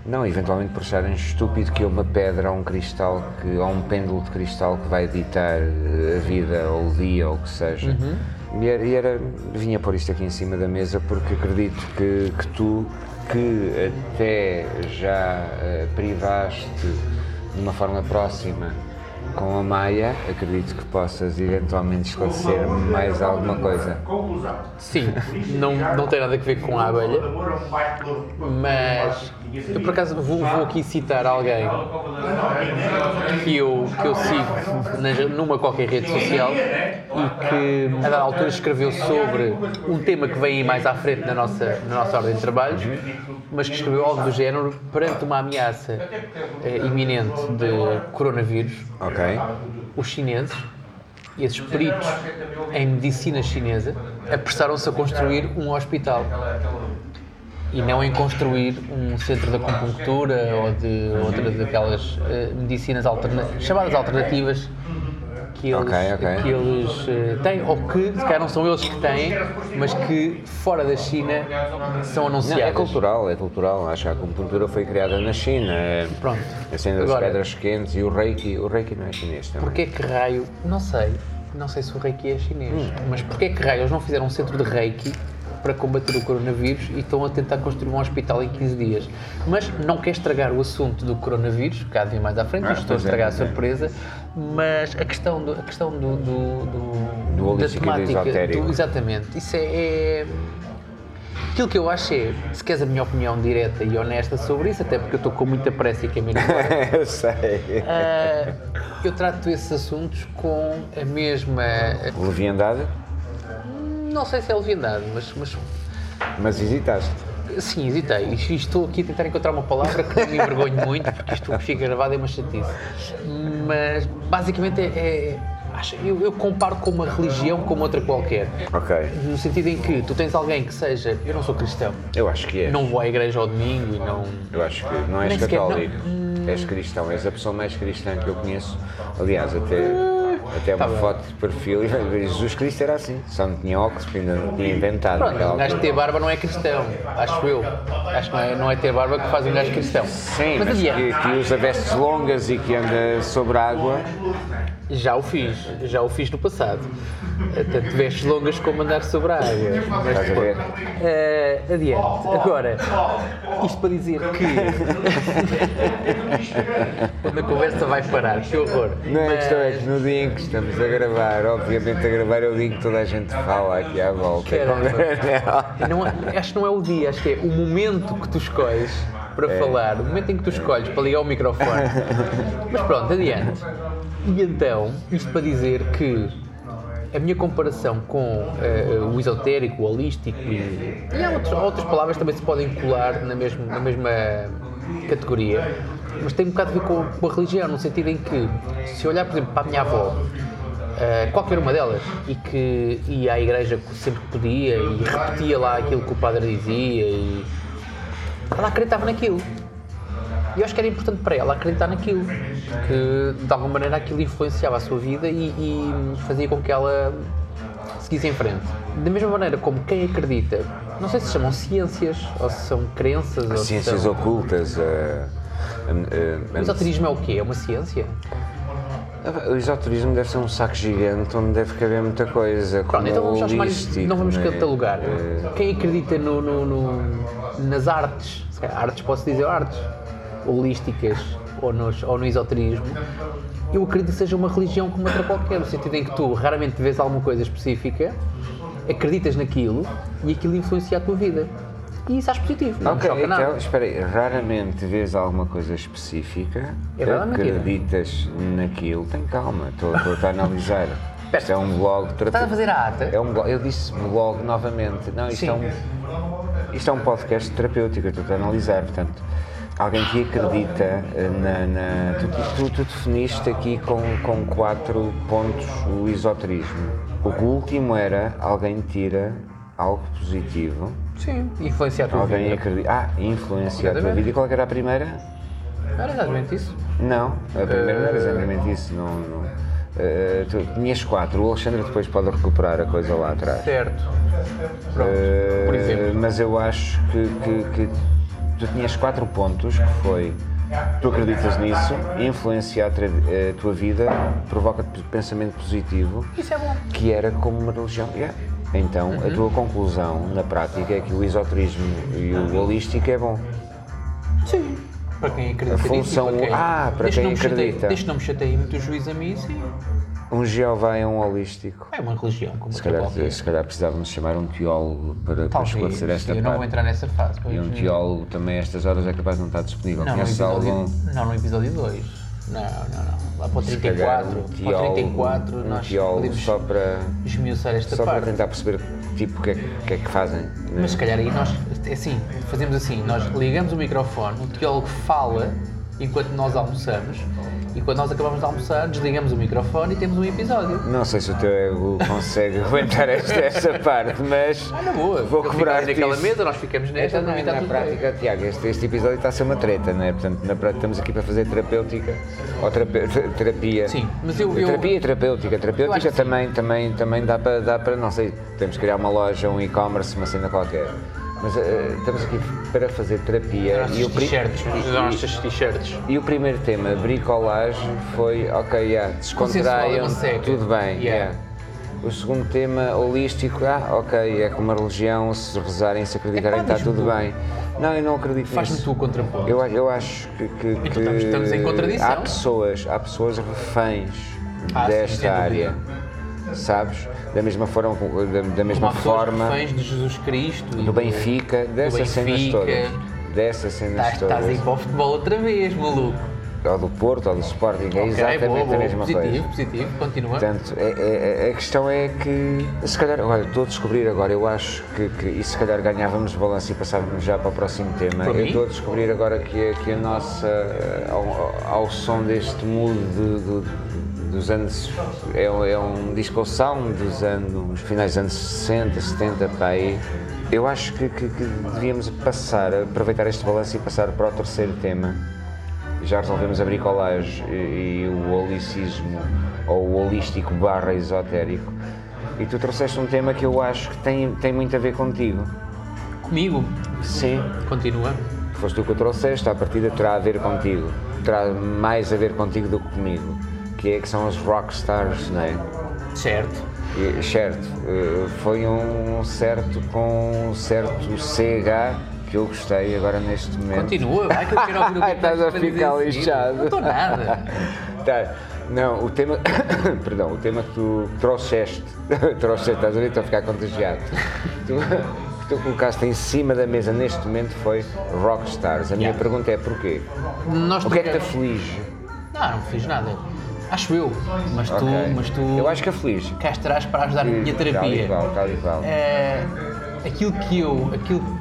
[SPEAKER 1] não, eventualmente por acharem estúpido que é uma pedra ou um cristal, que, ou um pêndulo de cristal que vai ditar eh, a vida ou o dia ou o que seja.
[SPEAKER 2] Uhum.
[SPEAKER 1] E, era, e era- vinha pôr isto aqui em cima da mesa porque acredito que, que tu, que até já eh, privaste de uma forma próxima com a Maia, acredito que possas eventualmente esclarecer mais alguma coisa.
[SPEAKER 3] Conclusão.
[SPEAKER 2] Sim, não, não tem nada a ver com a abelha,
[SPEAKER 3] Amor é um bairro de louro.
[SPEAKER 2] mas Eu por acaso vou, vou aqui citar alguém que eu, que eu sigo nas- numa qualquer rede social e que a dada altura escreveu sobre um tema que vem aí mais à frente na nossa, na nossa ordem de trabalhos, mas que escreveu algo do género perante uma ameaça eh, iminente de coronavírus
[SPEAKER 1] Ok.
[SPEAKER 2] os chineses e esses peritos em medicina chinesa apressaram-se a construir um hospital e não em construir um centro de acupuntura ou de outra daquelas eh, medicinas alternativas, chamadas alternativas que eles,
[SPEAKER 1] Ok, ok.
[SPEAKER 2] Que eles eh, têm, ou que, se calhar não são eles que têm, mas que fora da China são
[SPEAKER 1] Não,
[SPEAKER 2] anunciadas.
[SPEAKER 1] é cultural, é cultural. Acho que a acupuntura foi criada na China. é-
[SPEAKER 2] Pronto.
[SPEAKER 1] A cena das
[SPEAKER 2] Agora-
[SPEAKER 1] pedras quentes e o reiki. O reiki não é chinês também.
[SPEAKER 2] Porquê que raio, não sei, não sei se o reiki é chinês,
[SPEAKER 1] Hum.
[SPEAKER 2] mas porquê que raio eles não fizeram um centro de reiki para combater o coronavírus e estão a tentar construir um hospital em 15 dias? Mas não quer estragar o assunto do coronavírus, que há de vir mais à frente,
[SPEAKER 1] Ah,
[SPEAKER 2] mas estou a
[SPEAKER 1] pois é,
[SPEAKER 2] estragar a
[SPEAKER 1] pois é.
[SPEAKER 2] surpresa, mas a questão do, a questão do, do, do-
[SPEAKER 1] Do
[SPEAKER 2] da
[SPEAKER 1] holístico e do
[SPEAKER 2] temática,
[SPEAKER 1] esotérico.
[SPEAKER 2] exatamente, isso é... é- Aquilo que eu acho é, se queres a minha opinião direta e honesta sobre isso, até porque eu estou com muita pressa e caminho embora,
[SPEAKER 1] Eu sei.
[SPEAKER 2] ah, eu trato esses assuntos com a mesma.
[SPEAKER 1] Leviandade,
[SPEAKER 2] Não sei se é leviandade, mas, mas
[SPEAKER 1] mas hesitaste.
[SPEAKER 2] sim, hesitei. E Estou aqui a tentar encontrar uma palavra que não me envergonho muito, porque isto que fica gravado é uma chatice. Mas basicamente é. é- acho- eu, eu comparo com uma religião como outra qualquer.
[SPEAKER 1] Ok.
[SPEAKER 2] No sentido em que tu tens alguém que seja. Eu não sou cristão,
[SPEAKER 1] Eu acho que é.
[SPEAKER 2] não vou à igreja ao domingo e não.
[SPEAKER 1] Eu acho que não és
[SPEAKER 2] Nem sequer, Hum.
[SPEAKER 1] católico. És cristão, és a pessoa mais cristã que eu conheço. Aliás, até, até uma
[SPEAKER 2] Ah, tá bem.
[SPEAKER 1] foto de perfil e Jesus Cristo era assim. Só não tinha óculos, porque ainda não tinha inventado. naquela
[SPEAKER 2] Pronto, um gajo
[SPEAKER 1] altura.
[SPEAKER 2] ter barba não é cristão, acho eu. Acho que não é, não é ter barba que faz um gajo cristão.
[SPEAKER 1] Sim, mas
[SPEAKER 2] adiante.
[SPEAKER 1] que, que usa vestes longas e que anda sobre a água.
[SPEAKER 2] Já o fiz, já o fiz no passado. Eh, Tanto vestes longas como andar sobre a água. Mas
[SPEAKER 1] Estás a ver?
[SPEAKER 2] eh, adiante. Agora, isto para dizer que. Onde a conversa vai parar, que horror.
[SPEAKER 1] Não, a
[SPEAKER 2] Mas-
[SPEAKER 1] questão é que no dia em que estamos a gravar, obviamente a gravar é o dia em que toda a gente fala aqui à volta.
[SPEAKER 2] Caramba. Não é- acho que não é o dia, acho que é o momento que tu escolhes para falar, o momento em que tu escolhes para ligar o microfone. Mas pronto, adiante. E então, isto para dizer que a minha comparação com eh, o esotérico, o holístico e, e há outros- outras palavras também se podem colar na mesma, na mesma categoria, mas tem um bocado a ver com, com a religião, no sentido em que, se eu olhar, por exemplo, para a minha avó, Uh, qualquer uma delas e que ia à igreja sempre que podia e repetia lá aquilo que o padre dizia e ela acreditava naquilo e eu acho que era importante para ela acreditar naquilo que de alguma maneira aquilo influenciava a sua vida e, e fazia com que ela seguisse em frente da mesma maneira como quem acredita não sei se chamam ciências ou se são crenças ou se
[SPEAKER 1] Ciências
[SPEAKER 2] são...
[SPEAKER 1] ocultas. eh,
[SPEAKER 2] o
[SPEAKER 1] eh, eh,
[SPEAKER 2] esoterismo é o quê? é uma ciência?
[SPEAKER 1] O esoturismo deve ser um saco gigante onde deve caber muita coisa.
[SPEAKER 2] Pronto,
[SPEAKER 1] como
[SPEAKER 2] então vamos
[SPEAKER 1] o
[SPEAKER 2] só chamar isto,
[SPEAKER 1] holístico,
[SPEAKER 2] não vamos
[SPEAKER 1] né? É.
[SPEAKER 2] catalogar. Quem acredita no, no- no- nas artes, se calhar artes posso dizer artes, holísticas ou, nos, ou no esoterismo, eu acredito que seja uma religião como outra qualquer, no sentido em que tu raramente vês alguma coisa específica, acreditas naquilo e aquilo influencia a tua vida. E isso acho positivo, não me
[SPEAKER 1] Ok,
[SPEAKER 2] choca
[SPEAKER 1] então,
[SPEAKER 2] nada.
[SPEAKER 1] espera aí, raramente vês alguma coisa específica,
[SPEAKER 2] É verdade, mentira.
[SPEAKER 1] acreditas naquilo, tem calma, estou estou a analisar.
[SPEAKER 2] Espera.
[SPEAKER 1] Isto é um blog
[SPEAKER 2] Estás a
[SPEAKER 1] tratado.
[SPEAKER 2] fazer a ata?
[SPEAKER 1] É um blog, eu disse blog novamente, não, isto
[SPEAKER 2] Sim.
[SPEAKER 1] é, um, isto é um podcast terapêutico, eu estou a analisar, portanto, alguém que acredita eh, na. na- tu, tu- tu definiste aqui com, com quatro pontos o esoterismo. O último era alguém tira algo positivo.
[SPEAKER 2] Sim, influencia a tua
[SPEAKER 1] Alguém
[SPEAKER 2] vida.
[SPEAKER 1] acredita. Ah, influencia a tua
[SPEAKER 2] Exatamente.
[SPEAKER 1] vida. E qual é que era a primeira?
[SPEAKER 2] Não era exatamente isso?
[SPEAKER 1] Não, a primeira
[SPEAKER 2] Eh,
[SPEAKER 1] não era exatamente isso. Não, não. Eh, tu tinhas quatro. O Alexandre depois pode recuperar a coisa lá atrás.
[SPEAKER 2] Certo. Pronto, por
[SPEAKER 1] Eh,
[SPEAKER 2] exemplo.
[SPEAKER 1] Mas eu acho que, que- que tu tinhas quatro pontos que foi. Tu acreditas nisso, influencia a, tra- a tua vida, provoca-te pensamento positivo,
[SPEAKER 2] Isso é bom.
[SPEAKER 1] que era como uma religião. Yeah. Então, a
[SPEAKER 2] Uhum.
[SPEAKER 1] tua conclusão na prática é que o esoterismo e o holístico é bom.
[SPEAKER 2] Sim. Para quem acredita
[SPEAKER 1] A
[SPEAKER 2] nisso e
[SPEAKER 1] função-
[SPEAKER 2] para quem...
[SPEAKER 1] ah, para
[SPEAKER 2] Desde que
[SPEAKER 1] quem
[SPEAKER 2] não me chateie-
[SPEAKER 1] acredita.
[SPEAKER 2] Desde que não me chateie muito o juiz a mim, sim.
[SPEAKER 1] Um Jeová é um holístico.
[SPEAKER 2] É uma religião, como
[SPEAKER 1] Se
[SPEAKER 2] outra
[SPEAKER 1] calhar,
[SPEAKER 2] qualquer.
[SPEAKER 1] se calhar precisávamos chamar um teólogo para, para
[SPEAKER 2] Talvez,
[SPEAKER 1] esclarecer esta
[SPEAKER 2] eu não vou
[SPEAKER 1] parte.
[SPEAKER 2] entrar nessa fase. pois,
[SPEAKER 1] E um teólogo também a estas horas é capaz de não estar disponível.
[SPEAKER 2] Não, no
[SPEAKER 1] Conheces
[SPEAKER 2] episódio,
[SPEAKER 1] algum.
[SPEAKER 2] não, no episódio 2. Não, não, não. Lá para o
[SPEAKER 1] se calhar,
[SPEAKER 2] 34,
[SPEAKER 1] um
[SPEAKER 2] para o
[SPEAKER 1] teólogo,
[SPEAKER 2] 34
[SPEAKER 1] um
[SPEAKER 2] nós
[SPEAKER 1] teólogo
[SPEAKER 2] podemos
[SPEAKER 1] só para,
[SPEAKER 2] esmiuçar esta
[SPEAKER 1] só para
[SPEAKER 2] parte.
[SPEAKER 1] tentar perceber tipo o que, é, que- o que é que fazem. né?
[SPEAKER 2] Mas se calhar aí nós, é assim, fazemos assim, nós ligamos o microfone, o teólogo fala enquanto nós almoçamos e quando nós acabamos de almoçar desligamos o microfone e temos um episódio.
[SPEAKER 1] Não sei se o teu ego consegue aguentar esta, esta parte, mas
[SPEAKER 2] Ah, na boa,
[SPEAKER 1] vou
[SPEAKER 2] ele fica
[SPEAKER 1] cobrar
[SPEAKER 2] ali naquela mesa, nós ficamos nesta,
[SPEAKER 1] Então, na,
[SPEAKER 2] para mim está
[SPEAKER 1] na
[SPEAKER 2] tá tudo bem.
[SPEAKER 1] prática, Tiago, este, este episódio está a ser uma treta, não é? Portanto, na prática estamos aqui para fazer terapêutica ou terape- te- terapia.
[SPEAKER 2] Sim, mas eu- eu-
[SPEAKER 1] Terapia e terapêutica.
[SPEAKER 2] Eu acho
[SPEAKER 1] Terapêutica
[SPEAKER 2] que
[SPEAKER 1] também, também, também dá, para, dá para, não sei, temos que criar uma loja, um e-commerce, uma cena qualquer. Mas eh, estamos aqui para fazer terapia
[SPEAKER 2] é Os
[SPEAKER 1] e o,
[SPEAKER 2] nossos
[SPEAKER 1] pri-
[SPEAKER 2] t-shirts, os nossos t-shirts.
[SPEAKER 1] e o primeiro tema, bricolagem, foi ok, yeah,
[SPEAKER 2] Consensual é
[SPEAKER 1] descontraiam,
[SPEAKER 2] uma seca.
[SPEAKER 1] tudo bem.
[SPEAKER 2] Yeah.
[SPEAKER 1] yeah. O segundo tema, holístico, ah, ok, é como a religião, se rezarem, se acreditarem, está
[SPEAKER 2] Epá, mas
[SPEAKER 1] tudo
[SPEAKER 2] tu-
[SPEAKER 1] bem. Não, eu não acredito
[SPEAKER 2] Faz-me
[SPEAKER 1] nisso.
[SPEAKER 2] tu o contraponto.
[SPEAKER 1] Eu, a- eu acho que, que- que
[SPEAKER 2] estamos- estamos em contradição.
[SPEAKER 1] há pessoas, há pessoas reféns
[SPEAKER 2] Ah, sim,
[SPEAKER 1] desta
[SPEAKER 2] sem
[SPEAKER 1] área, sabes? Da mesma forma, da, da mesma
[SPEAKER 2] Como há pessoas
[SPEAKER 1] forma
[SPEAKER 2] reféns de Jesus Cristo e
[SPEAKER 1] do Benfica, dessas cenas
[SPEAKER 2] Benfica.
[SPEAKER 1] todas, dessas cenas
[SPEAKER 2] Estás,
[SPEAKER 1] todas,
[SPEAKER 2] tá- estás aí para o futebol outra vez, maluco.
[SPEAKER 1] ou do Porto, ou do Sporting, é
[SPEAKER 2] Ok,
[SPEAKER 1] exatamente
[SPEAKER 2] boa, boa.
[SPEAKER 1] a mesma
[SPEAKER 2] positivo,
[SPEAKER 1] coisa.
[SPEAKER 2] positivo, continua.
[SPEAKER 1] Portanto, é- é- é- a questão é que, se calhar, olha, estou a descobrir agora, eu acho que, que e se calhar ganhávamos balanço e passávamos já para o próximo tema.
[SPEAKER 2] Por
[SPEAKER 1] eu
[SPEAKER 2] mim?
[SPEAKER 1] estou a descobrir agora que, é- que a nossa, eh, ao, ao som deste mood do- do- dos anos, é, um- é um disco sound dos anos, finais dos anos 60, 70, para aí. Eu acho que, que- que devíamos passar, aproveitar este balanço e passar para o terceiro tema. Já resolvemos a bricolagem e, e o holicismo, ou o holístico barra esotérico. E tu trouxeste um tema que eu acho que tem, tem muito a ver contigo.
[SPEAKER 2] Comigo,
[SPEAKER 1] Sim.
[SPEAKER 2] continua.
[SPEAKER 1] Foste tu que o trouxeste, à partida terá a ver contigo. Terá mais a ver contigo do que comigo. Que é que são os rockstars, não é?
[SPEAKER 2] Certo.
[SPEAKER 1] E, Certo, eh, foi um certo com um certo CH que eu gostei agora neste momento.
[SPEAKER 2] Continua, vai que eu quero ouvir o que
[SPEAKER 1] Estás a
[SPEAKER 2] para dizer
[SPEAKER 1] ficar
[SPEAKER 2] seguir.
[SPEAKER 1] lixado.
[SPEAKER 2] Não estou nada.
[SPEAKER 1] Tá. Não, o tema. Perdão, o tema que tu trouxeste. trouxeste, estás a ver? Estou a ficar contagiado. Tu, que tu colocaste em cima da mesa neste momento foi Rockstars. A minha
[SPEAKER 2] Yeah.
[SPEAKER 1] pergunta é porquê?
[SPEAKER 2] Nós
[SPEAKER 1] O que é que te
[SPEAKER 2] tocamos-
[SPEAKER 1] aflige?
[SPEAKER 2] Não, não fiz nada. Acho eu. Mas tu,
[SPEAKER 1] Ok.
[SPEAKER 2] mas tu.
[SPEAKER 1] Eu acho que é aflige.
[SPEAKER 2] cá estarás para ajudar na minha
[SPEAKER 1] Tal e
[SPEAKER 2] terapia.
[SPEAKER 1] qual, tal e qual.
[SPEAKER 2] É, aquilo que eu. Aquilo,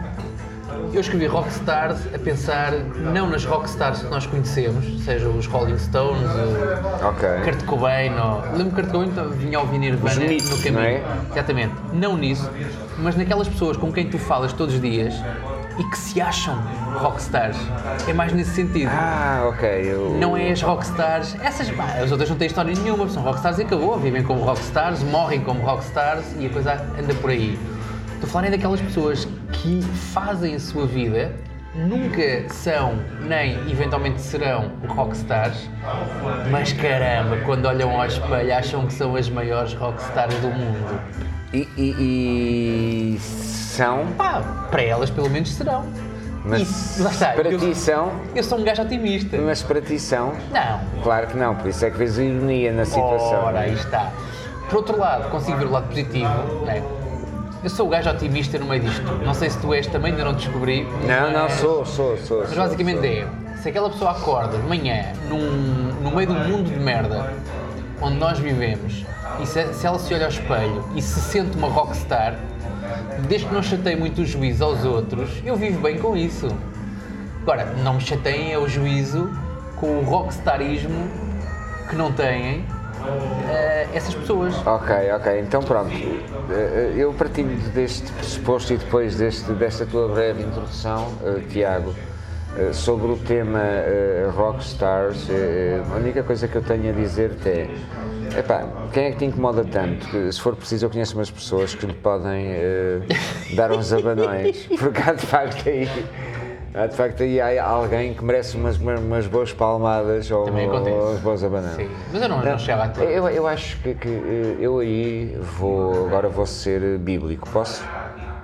[SPEAKER 2] eu escrevi Rockstars a pensar não nas Rockstars que nós conhecemos, seja os Rolling Stones, o
[SPEAKER 1] Ok.
[SPEAKER 2] Kurt Cobain, ou, lembro que Kurt Cobain então, vinha a ouvir Nirvana
[SPEAKER 1] Os mitos,
[SPEAKER 2] no caminho.
[SPEAKER 1] não é?
[SPEAKER 2] Exatamente. Não nisso, mas naquelas pessoas com quem tu falas todos os dias e que se acham rockstars. É mais nesse sentido.
[SPEAKER 1] Ah, ok. eu-
[SPEAKER 2] Não é as rockstars, essas pá, as outras não têm história nenhuma, são rockstars e acabou, vivem como rockstars, morrem como rockstars e a coisa anda por aí. Estou a falar nem daquelas pessoas que fazem a sua vida, nunca são, nem eventualmente serão rockstars, mas caramba, quando olham ao espelho acham que são as maiores rockstars do mundo.
[SPEAKER 1] E, e- e são.
[SPEAKER 2] Pá, para elas pelo menos serão.
[SPEAKER 1] Mas
[SPEAKER 2] E, lá está,
[SPEAKER 1] para
[SPEAKER 2] eu,
[SPEAKER 1] ti são.
[SPEAKER 2] eu sou um gajo otimista.
[SPEAKER 1] Mas para ti são.
[SPEAKER 2] Não,
[SPEAKER 1] Claro que não, por isso é que vês a ironia na situação.
[SPEAKER 2] Ora,
[SPEAKER 1] não é?
[SPEAKER 2] aí está. Por outro lado, consigo ver o lado positivo, né? Eu sou o gajo otimista no meio disto. Não sei se tu és também, ainda não descobri.
[SPEAKER 1] Não, não,
[SPEAKER 2] mas-
[SPEAKER 1] sou, sou, sou.
[SPEAKER 2] é- Mas
[SPEAKER 1] sou,
[SPEAKER 2] basicamente
[SPEAKER 1] sou.
[SPEAKER 2] é, se aquela pessoa acorda de manhã num, no meio de um mundo de merda onde nós vivemos e se, se ela se olha ao espelho e se sente uma rockstar, desde que não chateie muito o juízo aos outros, eu vivo bem com isso. Agora, não me chateiem é o juízo com o rockstarismo que não têm eh, essas pessoas.
[SPEAKER 1] Ok, ok, então pronto. Eh, eh, Eu partindo deste pressuposto e depois deste, desta tua breve introdução, eh, Tiago, eh, sobre o tema eh, Rockstars, eh, eh, a única coisa que eu tenho a dizer-te é. Epá, quem é que te incomoda tanto? Que, se for preciso, eu conheço umas pessoas que lhe podem eh, dar uns abanões, porque há de facto aí, há de facto aí há alguém que merece umas, umas boas palmadas ou,
[SPEAKER 2] Também acontece.
[SPEAKER 1] ou umas boas abanões.
[SPEAKER 2] Sim. Mas eu não, não chego a tanto.
[SPEAKER 1] Eu, eu acho que, que, eh, eu aí vou agora vou ser bíblico, posso?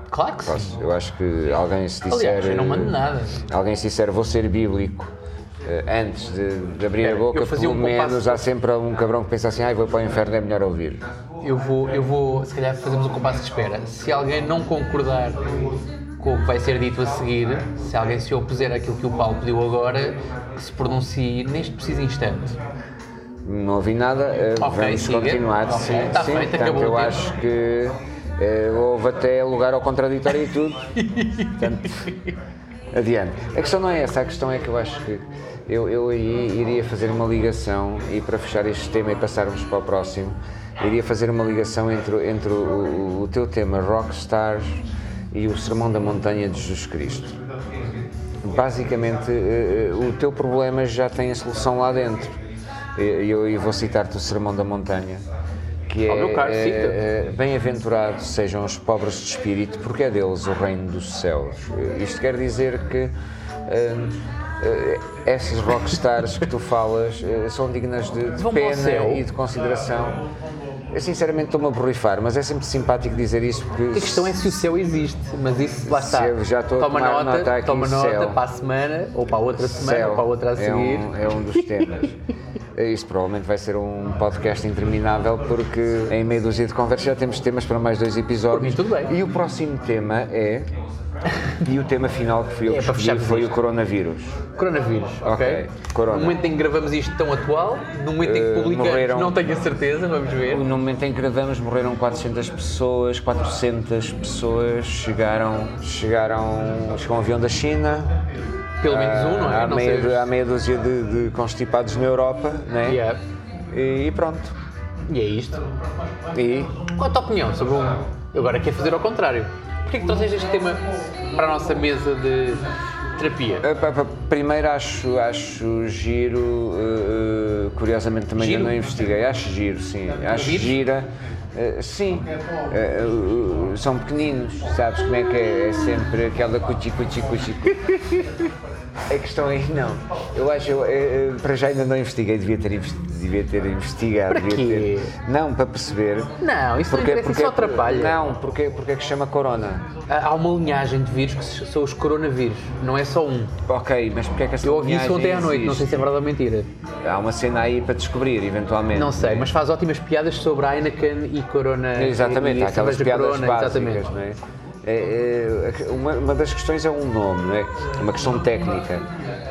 [SPEAKER 2] Claro que sim.
[SPEAKER 1] Posso. Eu acho que alguém se disser
[SPEAKER 2] Aliás, eu não mando
[SPEAKER 1] eh,
[SPEAKER 2] nada.
[SPEAKER 1] Alguém se disser vou ser bíblico eh, antes de, de abrir
[SPEAKER 2] Espera,
[SPEAKER 1] a boca,
[SPEAKER 2] eu fazia
[SPEAKER 1] pelo
[SPEAKER 2] um compasso.
[SPEAKER 1] menos há sempre um cabrão que pensa assim, ai vou para o inferno, é melhor ouvir.
[SPEAKER 2] Eu vou, eu vou, se calhar fazemos um compasso de espera. Se alguém não concordar com o que vai ser dito a seguir, se alguém se opuser àquilo que o Paulo pediu agora, que se pronuncie neste preciso instante.
[SPEAKER 1] Não ouvi nada, eh,
[SPEAKER 2] Ok,
[SPEAKER 1] vamos
[SPEAKER 2] siga.
[SPEAKER 1] continuar.
[SPEAKER 2] Ok,
[SPEAKER 1] Sim,
[SPEAKER 2] tá
[SPEAKER 1] sim,
[SPEAKER 2] feito,
[SPEAKER 1] portanto,
[SPEAKER 2] acabou o
[SPEAKER 1] eu
[SPEAKER 2] tempo.
[SPEAKER 1] acho que eh, houve até lugar ao contraditório e tudo. Portanto, adiante. A questão não é essa, a questão é que eu acho que eu, eu aí iria fazer uma ligação e para fechar este tema e passarmos para o próximo, iria fazer uma ligação entre, o- entre o, o teu tema Rockstars e o Sermão da Montanha de Jesus Cristo. Basicamente, eh, eh, o teu problema já tem a solução lá dentro. E eu, eu vou citar-te o Sermão da Montanha, que é,
[SPEAKER 2] Ah, meu caro,
[SPEAKER 1] eh,
[SPEAKER 2] cita.
[SPEAKER 1] eh, bem-aventurados sejam os pobres de espírito, porque é deles o reino dos céus. Eh, Isto quer dizer que eh, eh, essas rockstars que tu falas eh, são dignas de, de
[SPEAKER 2] Vão para o céu.
[SPEAKER 1] pena e de consideração. Eu sinceramente estou-me a borrifar, mas é sempre simpático dizer isso porque
[SPEAKER 2] A questão é se o céu existe, mas isso lá está.
[SPEAKER 1] Se eu já estou a
[SPEAKER 2] toma
[SPEAKER 1] tomar
[SPEAKER 2] nota,
[SPEAKER 1] nota aqui,
[SPEAKER 2] toma nota
[SPEAKER 1] céu.
[SPEAKER 2] para a semana, ou para a outra semana,
[SPEAKER 1] Céu
[SPEAKER 2] ou para a outra a
[SPEAKER 1] é
[SPEAKER 2] seguir.
[SPEAKER 1] um- É um, dos temas. Isto provavelmente vai ser um podcast interminável porque em meia dúzia de conversas já temos temas para mais dois episódios.
[SPEAKER 2] Por mim, tudo bem.
[SPEAKER 1] E o próximo tema é. E o tema final que fui eu
[SPEAKER 2] É,
[SPEAKER 1] que
[SPEAKER 2] para
[SPEAKER 1] escolhi
[SPEAKER 2] fecharmos
[SPEAKER 1] foi o
[SPEAKER 2] isto.
[SPEAKER 1] coronavírus.
[SPEAKER 2] Coronavírus, ok?
[SPEAKER 1] Ok, corona.
[SPEAKER 2] No momento em que gravamos isto tão atual, no momento em
[SPEAKER 1] Eh,
[SPEAKER 2] que publicamos,
[SPEAKER 1] morreram-
[SPEAKER 2] não tenho a certeza, vamos ver.
[SPEAKER 1] No momento em que gravamos morreram 400 pessoas, 400 pessoas chegaram, chegaram, chegou um avião da China.
[SPEAKER 2] Pelo menos um, não é?
[SPEAKER 1] Há,
[SPEAKER 2] Não
[SPEAKER 1] meia,
[SPEAKER 2] sei.
[SPEAKER 1] há meia dúzia de, de constipados na Europa, né?
[SPEAKER 2] Yeah.
[SPEAKER 1] E, e pronto.
[SPEAKER 2] E é isto.
[SPEAKER 1] E
[SPEAKER 2] Qual a tua opinião sobre um. Eu agora quero fazer ao contrário. Porquê é que trouxeste este tema para a nossa mesa de terapia?
[SPEAKER 1] Eh, pá, pá, Primeiro acho, acho giro, eh, eh, curiosamente também
[SPEAKER 2] Giro?
[SPEAKER 1] eu não investiguei, acho giro, sim, acho
[SPEAKER 2] Vírus?
[SPEAKER 1] gira, eh, sim, Eh, eh, eh, são pequeninos, sabes como é que é, é sempre aquela cuchi cuchi cuchi cuchi. A questão aí não, eu acho, eu, eh, eh, para já ainda não investiguei, devia ter, investi- devia ter investigado,
[SPEAKER 2] Para
[SPEAKER 1] devia
[SPEAKER 2] quê?
[SPEAKER 1] ter, não, para perceber, é
[SPEAKER 2] Não, isso não interessa, isso só atrapalha.
[SPEAKER 1] não, porque, porque é que chama corona?
[SPEAKER 2] Há há uma linhagem de vírus que se- são os coronavírus, não é só um.
[SPEAKER 1] Ok, mas porque é que essa
[SPEAKER 2] Eu ouvi isso
[SPEAKER 1] linhagem
[SPEAKER 2] ontem à noite, não sei
[SPEAKER 1] existe?
[SPEAKER 2] se é verdade ou mentira.
[SPEAKER 1] Há uma cena aí para descobrir, eventualmente.
[SPEAKER 2] Não sei,
[SPEAKER 1] né?
[SPEAKER 2] mas faz ótimas piadas sobre Heineken e Corona.
[SPEAKER 1] Exatamente,
[SPEAKER 2] e, e
[SPEAKER 1] há aquelas
[SPEAKER 2] cerveja
[SPEAKER 1] piadas
[SPEAKER 2] corona,
[SPEAKER 1] básicas,
[SPEAKER 2] exatamente.
[SPEAKER 1] não é? É, é, uma, uma das questões é um nome, não é? É Uma questão técnica.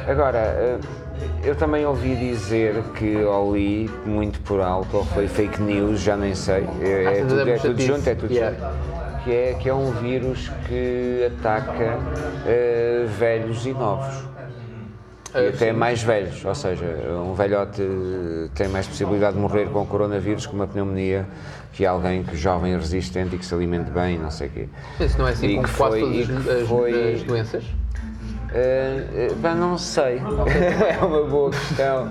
[SPEAKER 1] Agora, eh, eu também ouvi dizer que ou li muito por alto, ou foi fake news, já nem sei. É,
[SPEAKER 2] Ah,
[SPEAKER 1] é
[SPEAKER 2] sim,
[SPEAKER 1] tudo, é
[SPEAKER 2] demos
[SPEAKER 1] tudo
[SPEAKER 2] chatice.
[SPEAKER 1] junto, é tudo
[SPEAKER 2] Yeah.
[SPEAKER 1] junto. Que é, que é um vírus que ataca eh, velhos e novos.
[SPEAKER 2] Eh,
[SPEAKER 1] E até mais velhos, ou seja, um velhote tem mais possibilidade de morrer com o coronavírus com uma pneumonia que alguém que jovem, resistente e que se alimente bem, não sei o quê.
[SPEAKER 2] Isso não é assim
[SPEAKER 1] E
[SPEAKER 2] com
[SPEAKER 1] que foi-
[SPEAKER 2] quase todas
[SPEAKER 1] e
[SPEAKER 2] as,
[SPEAKER 1] que
[SPEAKER 2] as-
[SPEAKER 1] foi-
[SPEAKER 2] as doenças? eh,
[SPEAKER 1] Ah, ah, pá, não sei, é uma boa questão.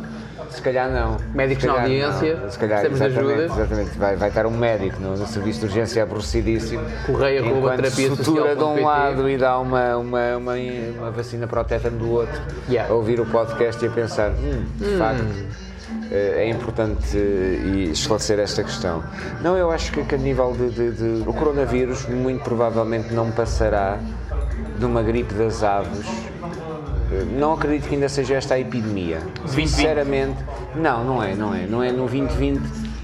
[SPEAKER 1] Se calhar não.
[SPEAKER 2] Médicos
[SPEAKER 1] Se
[SPEAKER 2] na
[SPEAKER 1] calhar
[SPEAKER 2] audiência,
[SPEAKER 1] não. se calhar,
[SPEAKER 2] precisamos de
[SPEAKER 1] exatamente,
[SPEAKER 2] ajuda.
[SPEAKER 1] Exatamente, vai, vai estar um médico no, no serviço de urgência aborrecidíssimo.
[SPEAKER 2] Correio arroba
[SPEAKER 1] enquanto
[SPEAKER 2] terapia
[SPEAKER 1] sutura de um
[SPEAKER 2] social.pt.
[SPEAKER 1] lado e dá uma, uma, uma, uma vacina para o tétano do outro.
[SPEAKER 2] Yeah.
[SPEAKER 1] A ouvir o podcast e a pensar, hum, de facto. eh, É importante eh, e esclarecer esta questão. Não, eu acho que, que a nível de, de- de- O coronavírus muito provavelmente não passará de uma gripe das aves. Eh, Não acredito que ainda seja esta a epidemia.
[SPEAKER 2] 2020.
[SPEAKER 1] Sinceramente, não, não é, não é. Não é no 2020.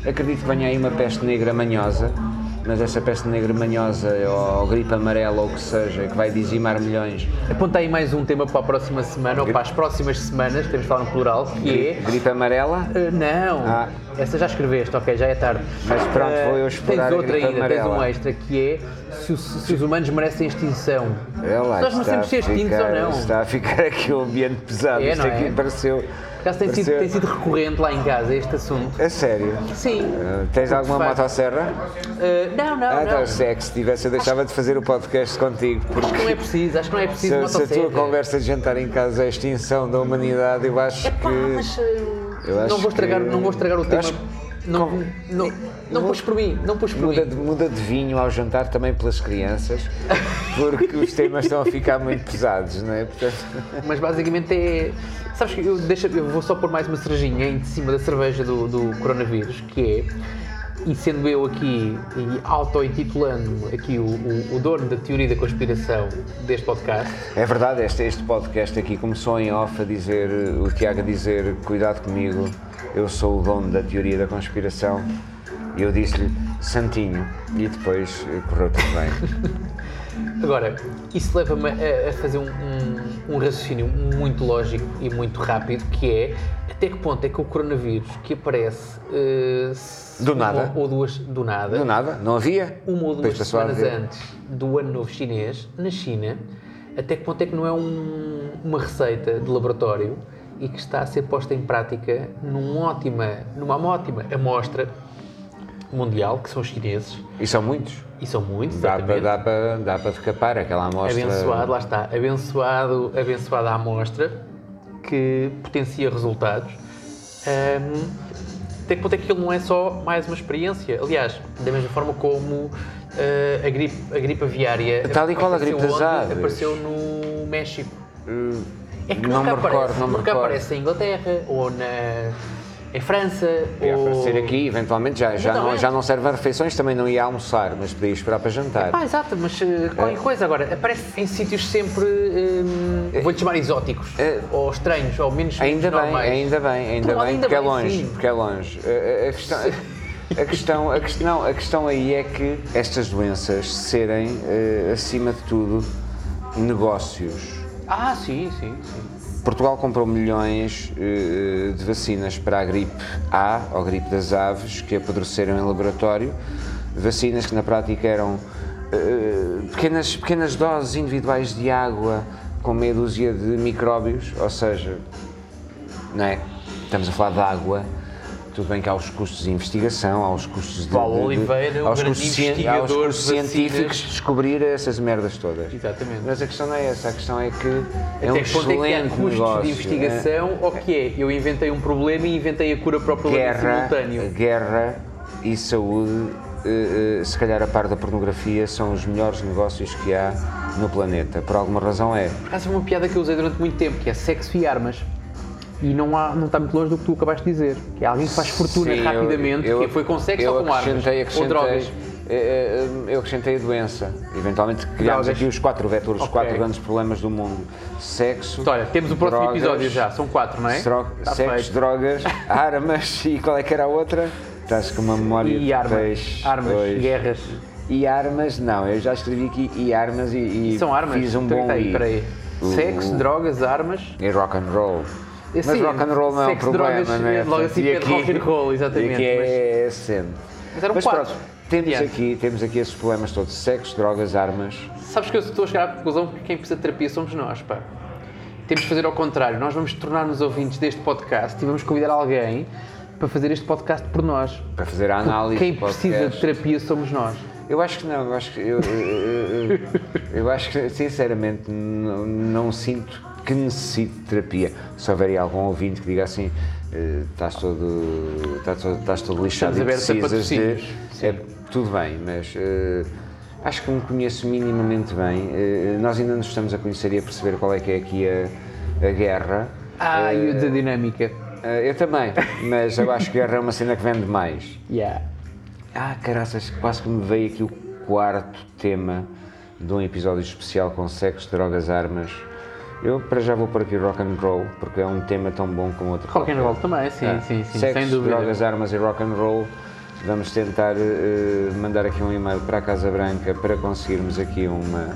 [SPEAKER 1] Acredito que venha aí uma peste negra manhosa, mas essa peste negra manhosa ou gripe amarela ou o que seja, que vai dizimar milhões.
[SPEAKER 2] Aponta aí mais um tema para a próxima semana ou para as próximas semanas, temos de falar no plural, que é.
[SPEAKER 1] Gripe amarela?
[SPEAKER 2] Ah, não,
[SPEAKER 1] Ah.
[SPEAKER 2] essa já escreveste, ok, já é tarde.
[SPEAKER 1] Mas pronto,
[SPEAKER 2] Ah,
[SPEAKER 1] vou eu explorar
[SPEAKER 2] Tens
[SPEAKER 1] a
[SPEAKER 2] outra
[SPEAKER 1] gripe
[SPEAKER 2] ainda, tens um
[SPEAKER 1] amarela.
[SPEAKER 2] extra, que é se, os- se os humanos merecem extinção.
[SPEAKER 1] É lá,
[SPEAKER 2] Se Nós
[SPEAKER 1] está
[SPEAKER 2] merecemos ser
[SPEAKER 1] a
[SPEAKER 2] extintos ou
[SPEAKER 1] ficar-
[SPEAKER 2] não.
[SPEAKER 1] Está a ficar aqui um ambiente pesado.
[SPEAKER 2] É,
[SPEAKER 1] Isto
[SPEAKER 2] não
[SPEAKER 1] aqui
[SPEAKER 2] é?
[SPEAKER 1] pareceu.
[SPEAKER 2] Por acaso tem sido,
[SPEAKER 1] pareceu-
[SPEAKER 2] tem sido recorrente lá em casa este assunto.
[SPEAKER 1] A sério.
[SPEAKER 2] Sim.
[SPEAKER 1] Uh, tens alguma
[SPEAKER 2] facto.
[SPEAKER 1] motosserra?
[SPEAKER 2] Ah, não, não,
[SPEAKER 1] Ah,
[SPEAKER 2] não.
[SPEAKER 1] tá, se é que se tivesse, eu deixava de fazer o podcast contigo.
[SPEAKER 2] Acho que não
[SPEAKER 1] Porque
[SPEAKER 2] é preciso, acho que não é
[SPEAKER 1] se,
[SPEAKER 2] preciso
[SPEAKER 1] se a tua
[SPEAKER 2] motosserra.
[SPEAKER 1] conversa de jantar em casa é a extinção da humanidade, eu acho
[SPEAKER 2] Epá, mas,
[SPEAKER 1] que.
[SPEAKER 2] ah,
[SPEAKER 1] eu acho
[SPEAKER 2] não vou estragar,
[SPEAKER 1] que-
[SPEAKER 2] não vou estragar o
[SPEAKER 1] eu
[SPEAKER 2] tema.
[SPEAKER 1] acho que-
[SPEAKER 2] Não, não, não pus por mim, não pus por
[SPEAKER 1] Muda
[SPEAKER 2] mim.
[SPEAKER 1] de, muda de vinho ao jantar também pelas crianças, porque os temas estão a ficar muito pesados, não é? Portanto,
[SPEAKER 2] Mas basicamente é. Sabes que eu, deixa, eu vou só pôr mais uma cerejinha em cima da cerveja do, do coronavírus, que é. E sendo eu aqui e auto-intitulando aqui o, o, o dono da teoria da conspiração deste podcast,
[SPEAKER 1] É verdade, este, este podcast aqui começou em off a dizer, eh, o Tiago a dizer, cuidado comigo, eu sou o dono da teoria da conspiração. E eu disse-lhe, santinho. E depois eh, correu tudo bem.
[SPEAKER 2] Agora, isso leva-me a, a fazer um, um- um raciocínio muito lógico e muito rápido, que é até que ponto é que o coronavírus que aparece eh, se-
[SPEAKER 1] Do nada.
[SPEAKER 2] uma ou duas do nada,
[SPEAKER 1] Do nada, não havia.
[SPEAKER 2] uma um ou
[SPEAKER 1] Depois
[SPEAKER 2] duas
[SPEAKER 1] passou a
[SPEAKER 2] semanas
[SPEAKER 1] haver.
[SPEAKER 2] antes do ano novo chinês, na China, até que ponto é que não é um- uma receita de laboratório e que está a ser posta em prática num ótima, numa ótima amostra mundial, que são os chineses,
[SPEAKER 1] E são muitos.
[SPEAKER 2] e são muitos,
[SPEAKER 1] Dá
[SPEAKER 2] exatamente. É
[SPEAKER 1] para dá para dá para decapar aquela amostra.
[SPEAKER 2] Abençoado, lá está. Abençoado, abençoada a amostra que potencia resultados. Ahm, até que ponto é que aquilo não é só mais uma experiência? Aliás, da mesma forma como ah, a, gripe, a gripe aviária.
[SPEAKER 1] Tal e qual a
[SPEAKER 2] apareceu
[SPEAKER 1] gripe das
[SPEAKER 2] onde?
[SPEAKER 1] aves.
[SPEAKER 2] Apareceu no México. É que
[SPEAKER 1] Eh, não me
[SPEAKER 2] nunca aparece.
[SPEAKER 1] recordo, não me
[SPEAKER 2] nunca
[SPEAKER 1] recordo.
[SPEAKER 2] aparece em Inglaterra ou na, em França.
[SPEAKER 1] Ia
[SPEAKER 2] ou...
[SPEAKER 1] aparecer aqui, eventualmente já, já, não,
[SPEAKER 2] Exatamente.
[SPEAKER 1] já não serve a refeições, também não ia almoçar, mas podia esperar para jantar.
[SPEAKER 2] Ah, exato, mas eh,
[SPEAKER 1] É.
[SPEAKER 2] qualquer coisa agora, aparece em sítios sempre, hum, vou-lhe chamar exóticos,
[SPEAKER 1] eh,
[SPEAKER 2] ou estranhos, ou menos
[SPEAKER 1] É. Ainda
[SPEAKER 2] menos
[SPEAKER 1] bem,
[SPEAKER 2] normais.
[SPEAKER 1] ainda bem, ainda
[SPEAKER 2] Por um lado,
[SPEAKER 1] bem,
[SPEAKER 2] ainda
[SPEAKER 1] porque é
[SPEAKER 2] bem,
[SPEAKER 1] longe,
[SPEAKER 2] sim.
[SPEAKER 1] porque é longe. A, a- a questão, a, questão, a questão, não, a questão aí é que estas doenças serem, eh, acima de tudo, negócios.
[SPEAKER 2] Ah, sim, sim, sim.
[SPEAKER 1] Portugal comprou milhões eh, de vacinas para a gripe A, ou gripe das aves, que apodreceram em laboratório. Vacinas que na prática eram eh, pequenas, pequenas doses individuais de água com meia dúzia de micróbios, ou seja, não é? Estamos a falar de água. Tudo bem que há os custos de investigação, há os custos de.
[SPEAKER 2] Paulo
[SPEAKER 1] de- de-
[SPEAKER 2] Oliveira, o
[SPEAKER 1] aos
[SPEAKER 2] grande
[SPEAKER 1] custos cien-
[SPEAKER 2] investigador
[SPEAKER 1] aos custos
[SPEAKER 2] de vacinas.
[SPEAKER 1] científicos de descobrir essas merdas todas.
[SPEAKER 2] Exatamente.
[SPEAKER 1] Mas a questão não é essa, a questão é que é um
[SPEAKER 2] Até que ponto é que há
[SPEAKER 1] excelente
[SPEAKER 2] custos
[SPEAKER 1] negócio.
[SPEAKER 2] de investigação, ou que é, eu inventei um problema e inventei a cura para o
[SPEAKER 1] é?
[SPEAKER 2] problema
[SPEAKER 1] Guerra,
[SPEAKER 2] simultâneo.
[SPEAKER 1] guerra e saúde, eh, eh, se calhar a par da pornografia, são os melhores negócios que há no planeta. Por alguma razão é.
[SPEAKER 2] Por acaso foi uma piada que eu usei durante muito tempo, que é sexo e armas. E não, há, não está muito longe do que tu acabaste de dizer. Que é alguém que faz fortuna
[SPEAKER 1] Sim, eu-
[SPEAKER 2] rapidamente,
[SPEAKER 1] eu-
[SPEAKER 2] que foi com sexo
[SPEAKER 1] eu
[SPEAKER 2] ou com armas.
[SPEAKER 1] acrescentei-
[SPEAKER 2] Ou
[SPEAKER 1] acrescentei-
[SPEAKER 2] drogas.
[SPEAKER 1] eh, eh, Eu acrescentei a doença. Eventualmente criámos
[SPEAKER 2] Drogas.
[SPEAKER 1] aqui os quatro vetores, os
[SPEAKER 2] Ok.
[SPEAKER 1] quatro grandes problemas do mundo: sexo.
[SPEAKER 2] Então, olha, temos o próximo
[SPEAKER 1] drogas,
[SPEAKER 2] episódio já, são quatro, não é?
[SPEAKER 1] Dro-
[SPEAKER 2] Está
[SPEAKER 1] sexo,
[SPEAKER 2] feito.
[SPEAKER 1] drogas, armas e qual é que era a outra? Estás com uma memória
[SPEAKER 2] E
[SPEAKER 1] de
[SPEAKER 2] armas,
[SPEAKER 1] peixe,
[SPEAKER 2] armas,
[SPEAKER 1] pois.
[SPEAKER 2] guerras.
[SPEAKER 1] E armas, não, eu já escrevi aqui e armas e, e
[SPEAKER 2] São armas?
[SPEAKER 1] fiz um
[SPEAKER 2] Então,
[SPEAKER 1] bom
[SPEAKER 2] tá aí,
[SPEAKER 1] i.
[SPEAKER 2] peraí.
[SPEAKER 1] O-
[SPEAKER 2] Sexo, drogas, armas.
[SPEAKER 1] E rock and roll.
[SPEAKER 2] Eh,
[SPEAKER 1] mas
[SPEAKER 2] sim,
[SPEAKER 1] rock and roll não é um
[SPEAKER 2] sexo,
[SPEAKER 1] problema,
[SPEAKER 2] drogas,
[SPEAKER 1] não é?
[SPEAKER 2] eh, logo assim
[SPEAKER 1] E
[SPEAKER 2] pede rock and roll, exatamente,
[SPEAKER 1] E aqui é sempre.
[SPEAKER 2] Mas eram quatro.
[SPEAKER 1] pronto, temos
[SPEAKER 2] Diante.
[SPEAKER 1] aqui, temos aqui esses problemas todos: sexo, drogas, armas.
[SPEAKER 2] Sabes que eu estou a chegar à conclusão que quem precisa de terapia somos nós, pá. Temos de fazer ao contrário. Nós vamos tornar-nos ouvintes deste podcast e vamos convidar alguém para fazer este podcast por nós.
[SPEAKER 1] Para fazer a análise.
[SPEAKER 2] Quem
[SPEAKER 1] do
[SPEAKER 2] precisa de
[SPEAKER 1] podcast.
[SPEAKER 2] terapia somos nós.
[SPEAKER 1] Eu acho que não, eu acho que. Eu, eu- eu- eu- eu acho que, sinceramente, não, não sinto que necessite de terapia. Se houver aí algum ouvinte que diga assim. eh, Estás todo, estás todo, estás todo lixado e
[SPEAKER 2] abertos a
[SPEAKER 1] precisas de.
[SPEAKER 2] patrocínios.
[SPEAKER 1] É, tudo bem, mas eh, acho que me conheço minimamente bem. Eh, nós ainda nos estamos a conhecer e a perceber qual é que é aqui a, a guerra.
[SPEAKER 2] Ah, e o da dinâmica.
[SPEAKER 1] Eh, eu também, mas eu acho que guerra é uma cena que vende mais.
[SPEAKER 2] Yeah.
[SPEAKER 1] Ah, caraças, quase que me veio aqui o quarto tema de um episódio especial com sexo, drogas, armas. Eu para já vou por aqui rock and roll, porque é um tema tão bom como outro.
[SPEAKER 2] Rock and roll também, sim,
[SPEAKER 1] Ah,
[SPEAKER 2] sim, sim,
[SPEAKER 1] sexo,
[SPEAKER 2] sem dúvida.
[SPEAKER 1] drogas, armas e rock and roll. Vamos tentar eh, mandar aqui um e-mail para a Casa Branca para conseguirmos aqui uma.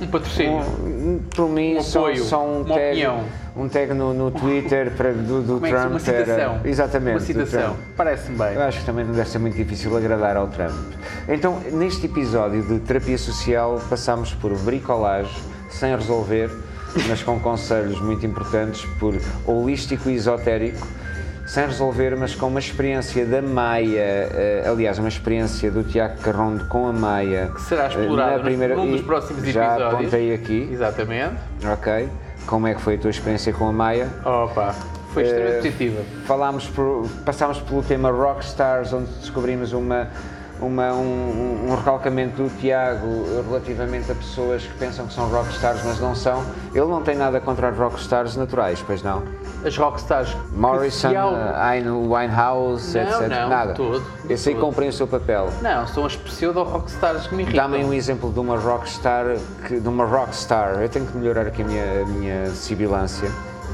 [SPEAKER 2] Um patrocínio.
[SPEAKER 1] Um, para mim,
[SPEAKER 2] Um
[SPEAKER 1] só,
[SPEAKER 2] apoio,
[SPEAKER 1] só um
[SPEAKER 2] uma
[SPEAKER 1] tag,
[SPEAKER 2] opinião.
[SPEAKER 1] um tag no, no Twitter para, do, do
[SPEAKER 2] Como é que se-
[SPEAKER 1] Trump.
[SPEAKER 2] uma citação.
[SPEAKER 1] Era, exatamente.
[SPEAKER 2] Uma
[SPEAKER 1] do
[SPEAKER 2] citação.
[SPEAKER 1] Trump.
[SPEAKER 2] Parece-me
[SPEAKER 1] Eu
[SPEAKER 2] bem.
[SPEAKER 1] acho que também não deve ser muito difícil agradar ao Trump. Então, neste episódio de terapia social, passámos por bricolage, sem resolver, mas com conselhos muito importantes, por holístico e esotérico, sem resolver, mas com uma experiência da Maia, eh, aliás, uma experiência do Tiago Carrondo com a Maia.
[SPEAKER 2] Que será
[SPEAKER 1] eh, na
[SPEAKER 2] explorado
[SPEAKER 1] primeira-
[SPEAKER 2] num dos
[SPEAKER 1] e
[SPEAKER 2] próximos
[SPEAKER 1] Já
[SPEAKER 2] episódios.
[SPEAKER 1] apontei aqui,
[SPEAKER 2] Exatamente.
[SPEAKER 1] ok? Como é que foi a tua experiência com a Maia?
[SPEAKER 2] Opa, foi extremamente
[SPEAKER 1] Eh,
[SPEAKER 2] positiva.
[SPEAKER 1] Falámos por- passámos pelo tema Rockstars, onde descobrimos uma, uma- um, um- um recalcamento do Tiago relativamente a pessoas que pensam que são rockstars, mas não são. Ele não tem nada contra os rockstars naturais, pois não?
[SPEAKER 2] As rockstars.
[SPEAKER 1] Morrison, eh,
[SPEAKER 2] que se há- um-
[SPEAKER 1] Ayn Winehouse,
[SPEAKER 2] Não,
[SPEAKER 1] etc.
[SPEAKER 2] não,
[SPEAKER 1] nada.
[SPEAKER 2] todo,
[SPEAKER 1] Esse aí
[SPEAKER 2] todo.
[SPEAKER 1] cumprem o seu papel.
[SPEAKER 2] Não, são as pseudo-rockstars que me irritam.
[SPEAKER 1] Dá-me um exemplo de uma rockstar, que, de uma rockstar, eu tenho que melhorar aqui a minha, a minha sibilância,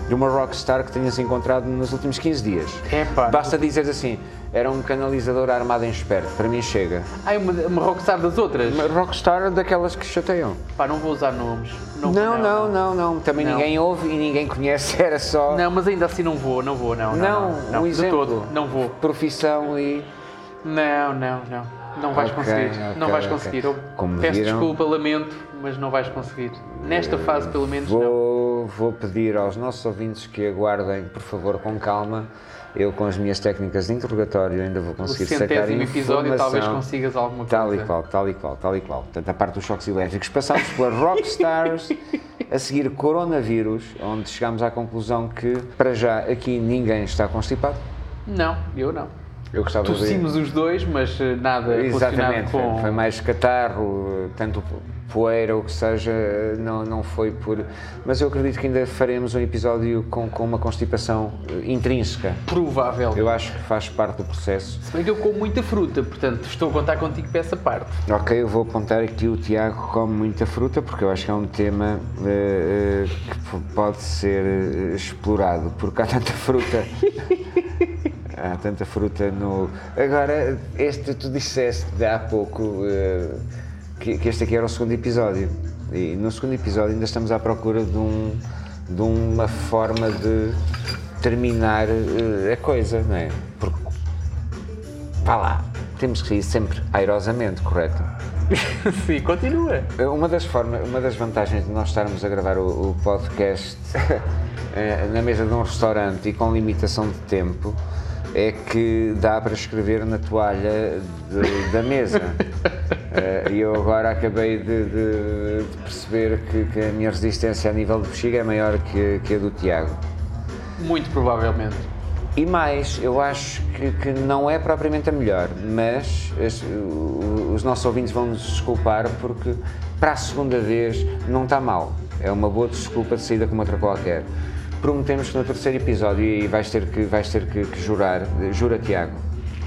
[SPEAKER 1] de uma rockstar que tenhas encontrado nos últimos 15 dias.
[SPEAKER 2] Epá.
[SPEAKER 1] Basta dizeres assim, era um canalizador armado em esperto, para mim chega.
[SPEAKER 2] Ah, é uma, uma rockstar das outras?
[SPEAKER 1] Uma rockstar daquelas que chateiam.
[SPEAKER 2] Pá, não vou usar nomes.
[SPEAKER 1] Não, não, não,
[SPEAKER 2] não.
[SPEAKER 1] não, também
[SPEAKER 2] Não.
[SPEAKER 1] ninguém ouve e ninguém conhece, era só
[SPEAKER 2] Não, mas ainda assim não vou, não vou, não.
[SPEAKER 1] Não,
[SPEAKER 2] Não,
[SPEAKER 1] um
[SPEAKER 2] não, de
[SPEAKER 1] exemplo.
[SPEAKER 2] todo, não vou.
[SPEAKER 1] profissão e...
[SPEAKER 2] Não, não, não. Não vais
[SPEAKER 1] Ok,
[SPEAKER 2] conseguir, não
[SPEAKER 1] ok,
[SPEAKER 2] vais
[SPEAKER 1] ok.
[SPEAKER 2] conseguir. Eu
[SPEAKER 1] Como
[SPEAKER 2] peço
[SPEAKER 1] viram- Eh,
[SPEAKER 2] desculpa, lamento, mas não vais conseguir. Nesta fase, pelo menos, não.
[SPEAKER 1] Vou, vou pedir aos nossos ouvintes que aguardem, por favor, com calma. Eu, com as minhas técnicas de interrogatório, ainda vou
[SPEAKER 2] O
[SPEAKER 1] conseguir sacar
[SPEAKER 2] centésimo episódio talvez
[SPEAKER 1] informação.
[SPEAKER 2] consigas alguma
[SPEAKER 1] Tal e
[SPEAKER 2] coisa.
[SPEAKER 1] qual, tal e qual, tal e qual. Portanto, a parte dos choques elétricos. Passámos pela Rockstars, a seguir coronavírus, onde chegámos à conclusão que, para já, aqui ninguém está constipado.
[SPEAKER 2] Não, eu não.
[SPEAKER 1] Eu gostava de ver.
[SPEAKER 2] Tossimos os dois, mas eh, nada
[SPEAKER 1] é. Exatamente,
[SPEAKER 2] relacionado com...
[SPEAKER 1] foi, foi mais catarro, tanto poeira ou o que seja, não, não foi por. Mas eu acredito que ainda faremos um episódio com, com uma constipação eh, intrínseca.
[SPEAKER 2] provável.
[SPEAKER 1] Eu acho que faz parte do processo.
[SPEAKER 2] Se bem que eu como muita fruta, portanto, estou a contar contigo para essa parte.
[SPEAKER 1] Ok, eu vou apontar aqui o Tiago come muita fruta, porque eu acho que é um tema eh, eh, que p- pode ser eh, explorado, porque há tanta fruta. há tanta fruta no. Agora, este tu disseste de há pouco eh, que, que este aqui era o segundo episódio. E no segundo episódio ainda estamos à procura de, um, de uma forma de terminar eh, a coisa, não é? Porque Vá lá, temos que ir sempre airosamente, correto?
[SPEAKER 2] Sim, continua.
[SPEAKER 1] Uma das, formas, uma das vantagens de nós estarmos a gravar o, o podcast eh, na mesa de um restaurante e com limitação de tempo é que dá para escrever na toalha de- da mesa. Eh, E eu agora acabei de, de- de perceber que, que a minha resistência a nível de bexiga é maior que, que a do Tiago.
[SPEAKER 2] Muito provavelmente.
[SPEAKER 1] E mais, eu acho que, que não é propriamente a melhor, mas as- o- os nossos ouvintes vão nos desculpar porque para a segunda vez não está mal. É uma boa desculpa de saída como outra qualquer. Prometemos que no terceiro episódio, e vais ter que, vais ter que, que jurar, eh, jura Tiago,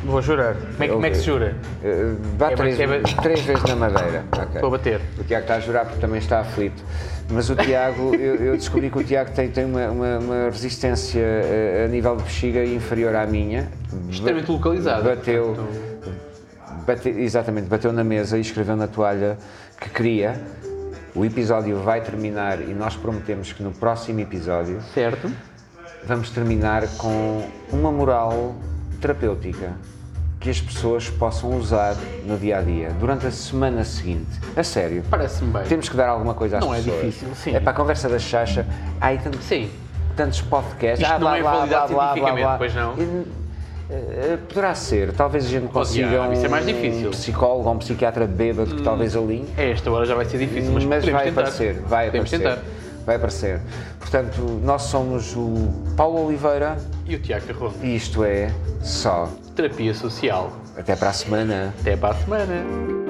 [SPEAKER 2] Vou jurar. Como é, que- como é que se jura?
[SPEAKER 1] eh, bate
[SPEAKER 2] É, mas
[SPEAKER 1] três,
[SPEAKER 2] é ba-
[SPEAKER 1] três vezes na madeira. Ok.
[SPEAKER 2] Vou bater.
[SPEAKER 1] O Tiago está a jurar porque também está aflito. Mas o Tiago, eu, eu descobri que o Tiago tem, tem uma, uma- uma resistência eh, a nível de bexiga inferior à minha.
[SPEAKER 2] Extremamente localizado.
[SPEAKER 1] Bateu,
[SPEAKER 2] portanto.
[SPEAKER 1] bate- exatamente, bateu na mesa e escreveu na toalha que queria. O episódio vai terminar e nós prometemos que no próximo episódio
[SPEAKER 2] Certo.
[SPEAKER 1] vamos terminar com uma moral terapêutica que as pessoas possam usar no dia a dia, durante a semana seguinte. A sério.
[SPEAKER 2] Parece-me bem.
[SPEAKER 1] Temos que dar alguma coisa às
[SPEAKER 2] Não é
[SPEAKER 1] pessoas.
[SPEAKER 2] difícil, sim.
[SPEAKER 1] É para a conversa da chacha. Há aí tanto,
[SPEAKER 2] Sim.
[SPEAKER 1] tantos podcasts.
[SPEAKER 2] Isto
[SPEAKER 1] ah,
[SPEAKER 2] não
[SPEAKER 1] blá,
[SPEAKER 2] é
[SPEAKER 1] blá,
[SPEAKER 2] validado
[SPEAKER 1] blá, blá, blá, blá.
[SPEAKER 2] cientificamente, pois não?
[SPEAKER 1] E, eh, Poderá ser, talvez a gente consiga
[SPEAKER 2] diabo,
[SPEAKER 1] um
[SPEAKER 2] isso é mais difícil.
[SPEAKER 1] psicólogo ou um psiquiatra bêbado que talvez alinhe
[SPEAKER 2] A É, esta hora já vai ser difícil, mas, podemos
[SPEAKER 1] vai
[SPEAKER 2] tentar.
[SPEAKER 1] aparecer, vai
[SPEAKER 2] podemos
[SPEAKER 1] aparecer.
[SPEAKER 2] tentar.
[SPEAKER 1] Vai aparecer. Portanto, nós somos o Paulo Oliveira
[SPEAKER 2] E o Tiago Carroso.
[SPEAKER 1] e isto é só.
[SPEAKER 2] Terapia social.
[SPEAKER 1] Até para a semana.
[SPEAKER 2] Até para a semana.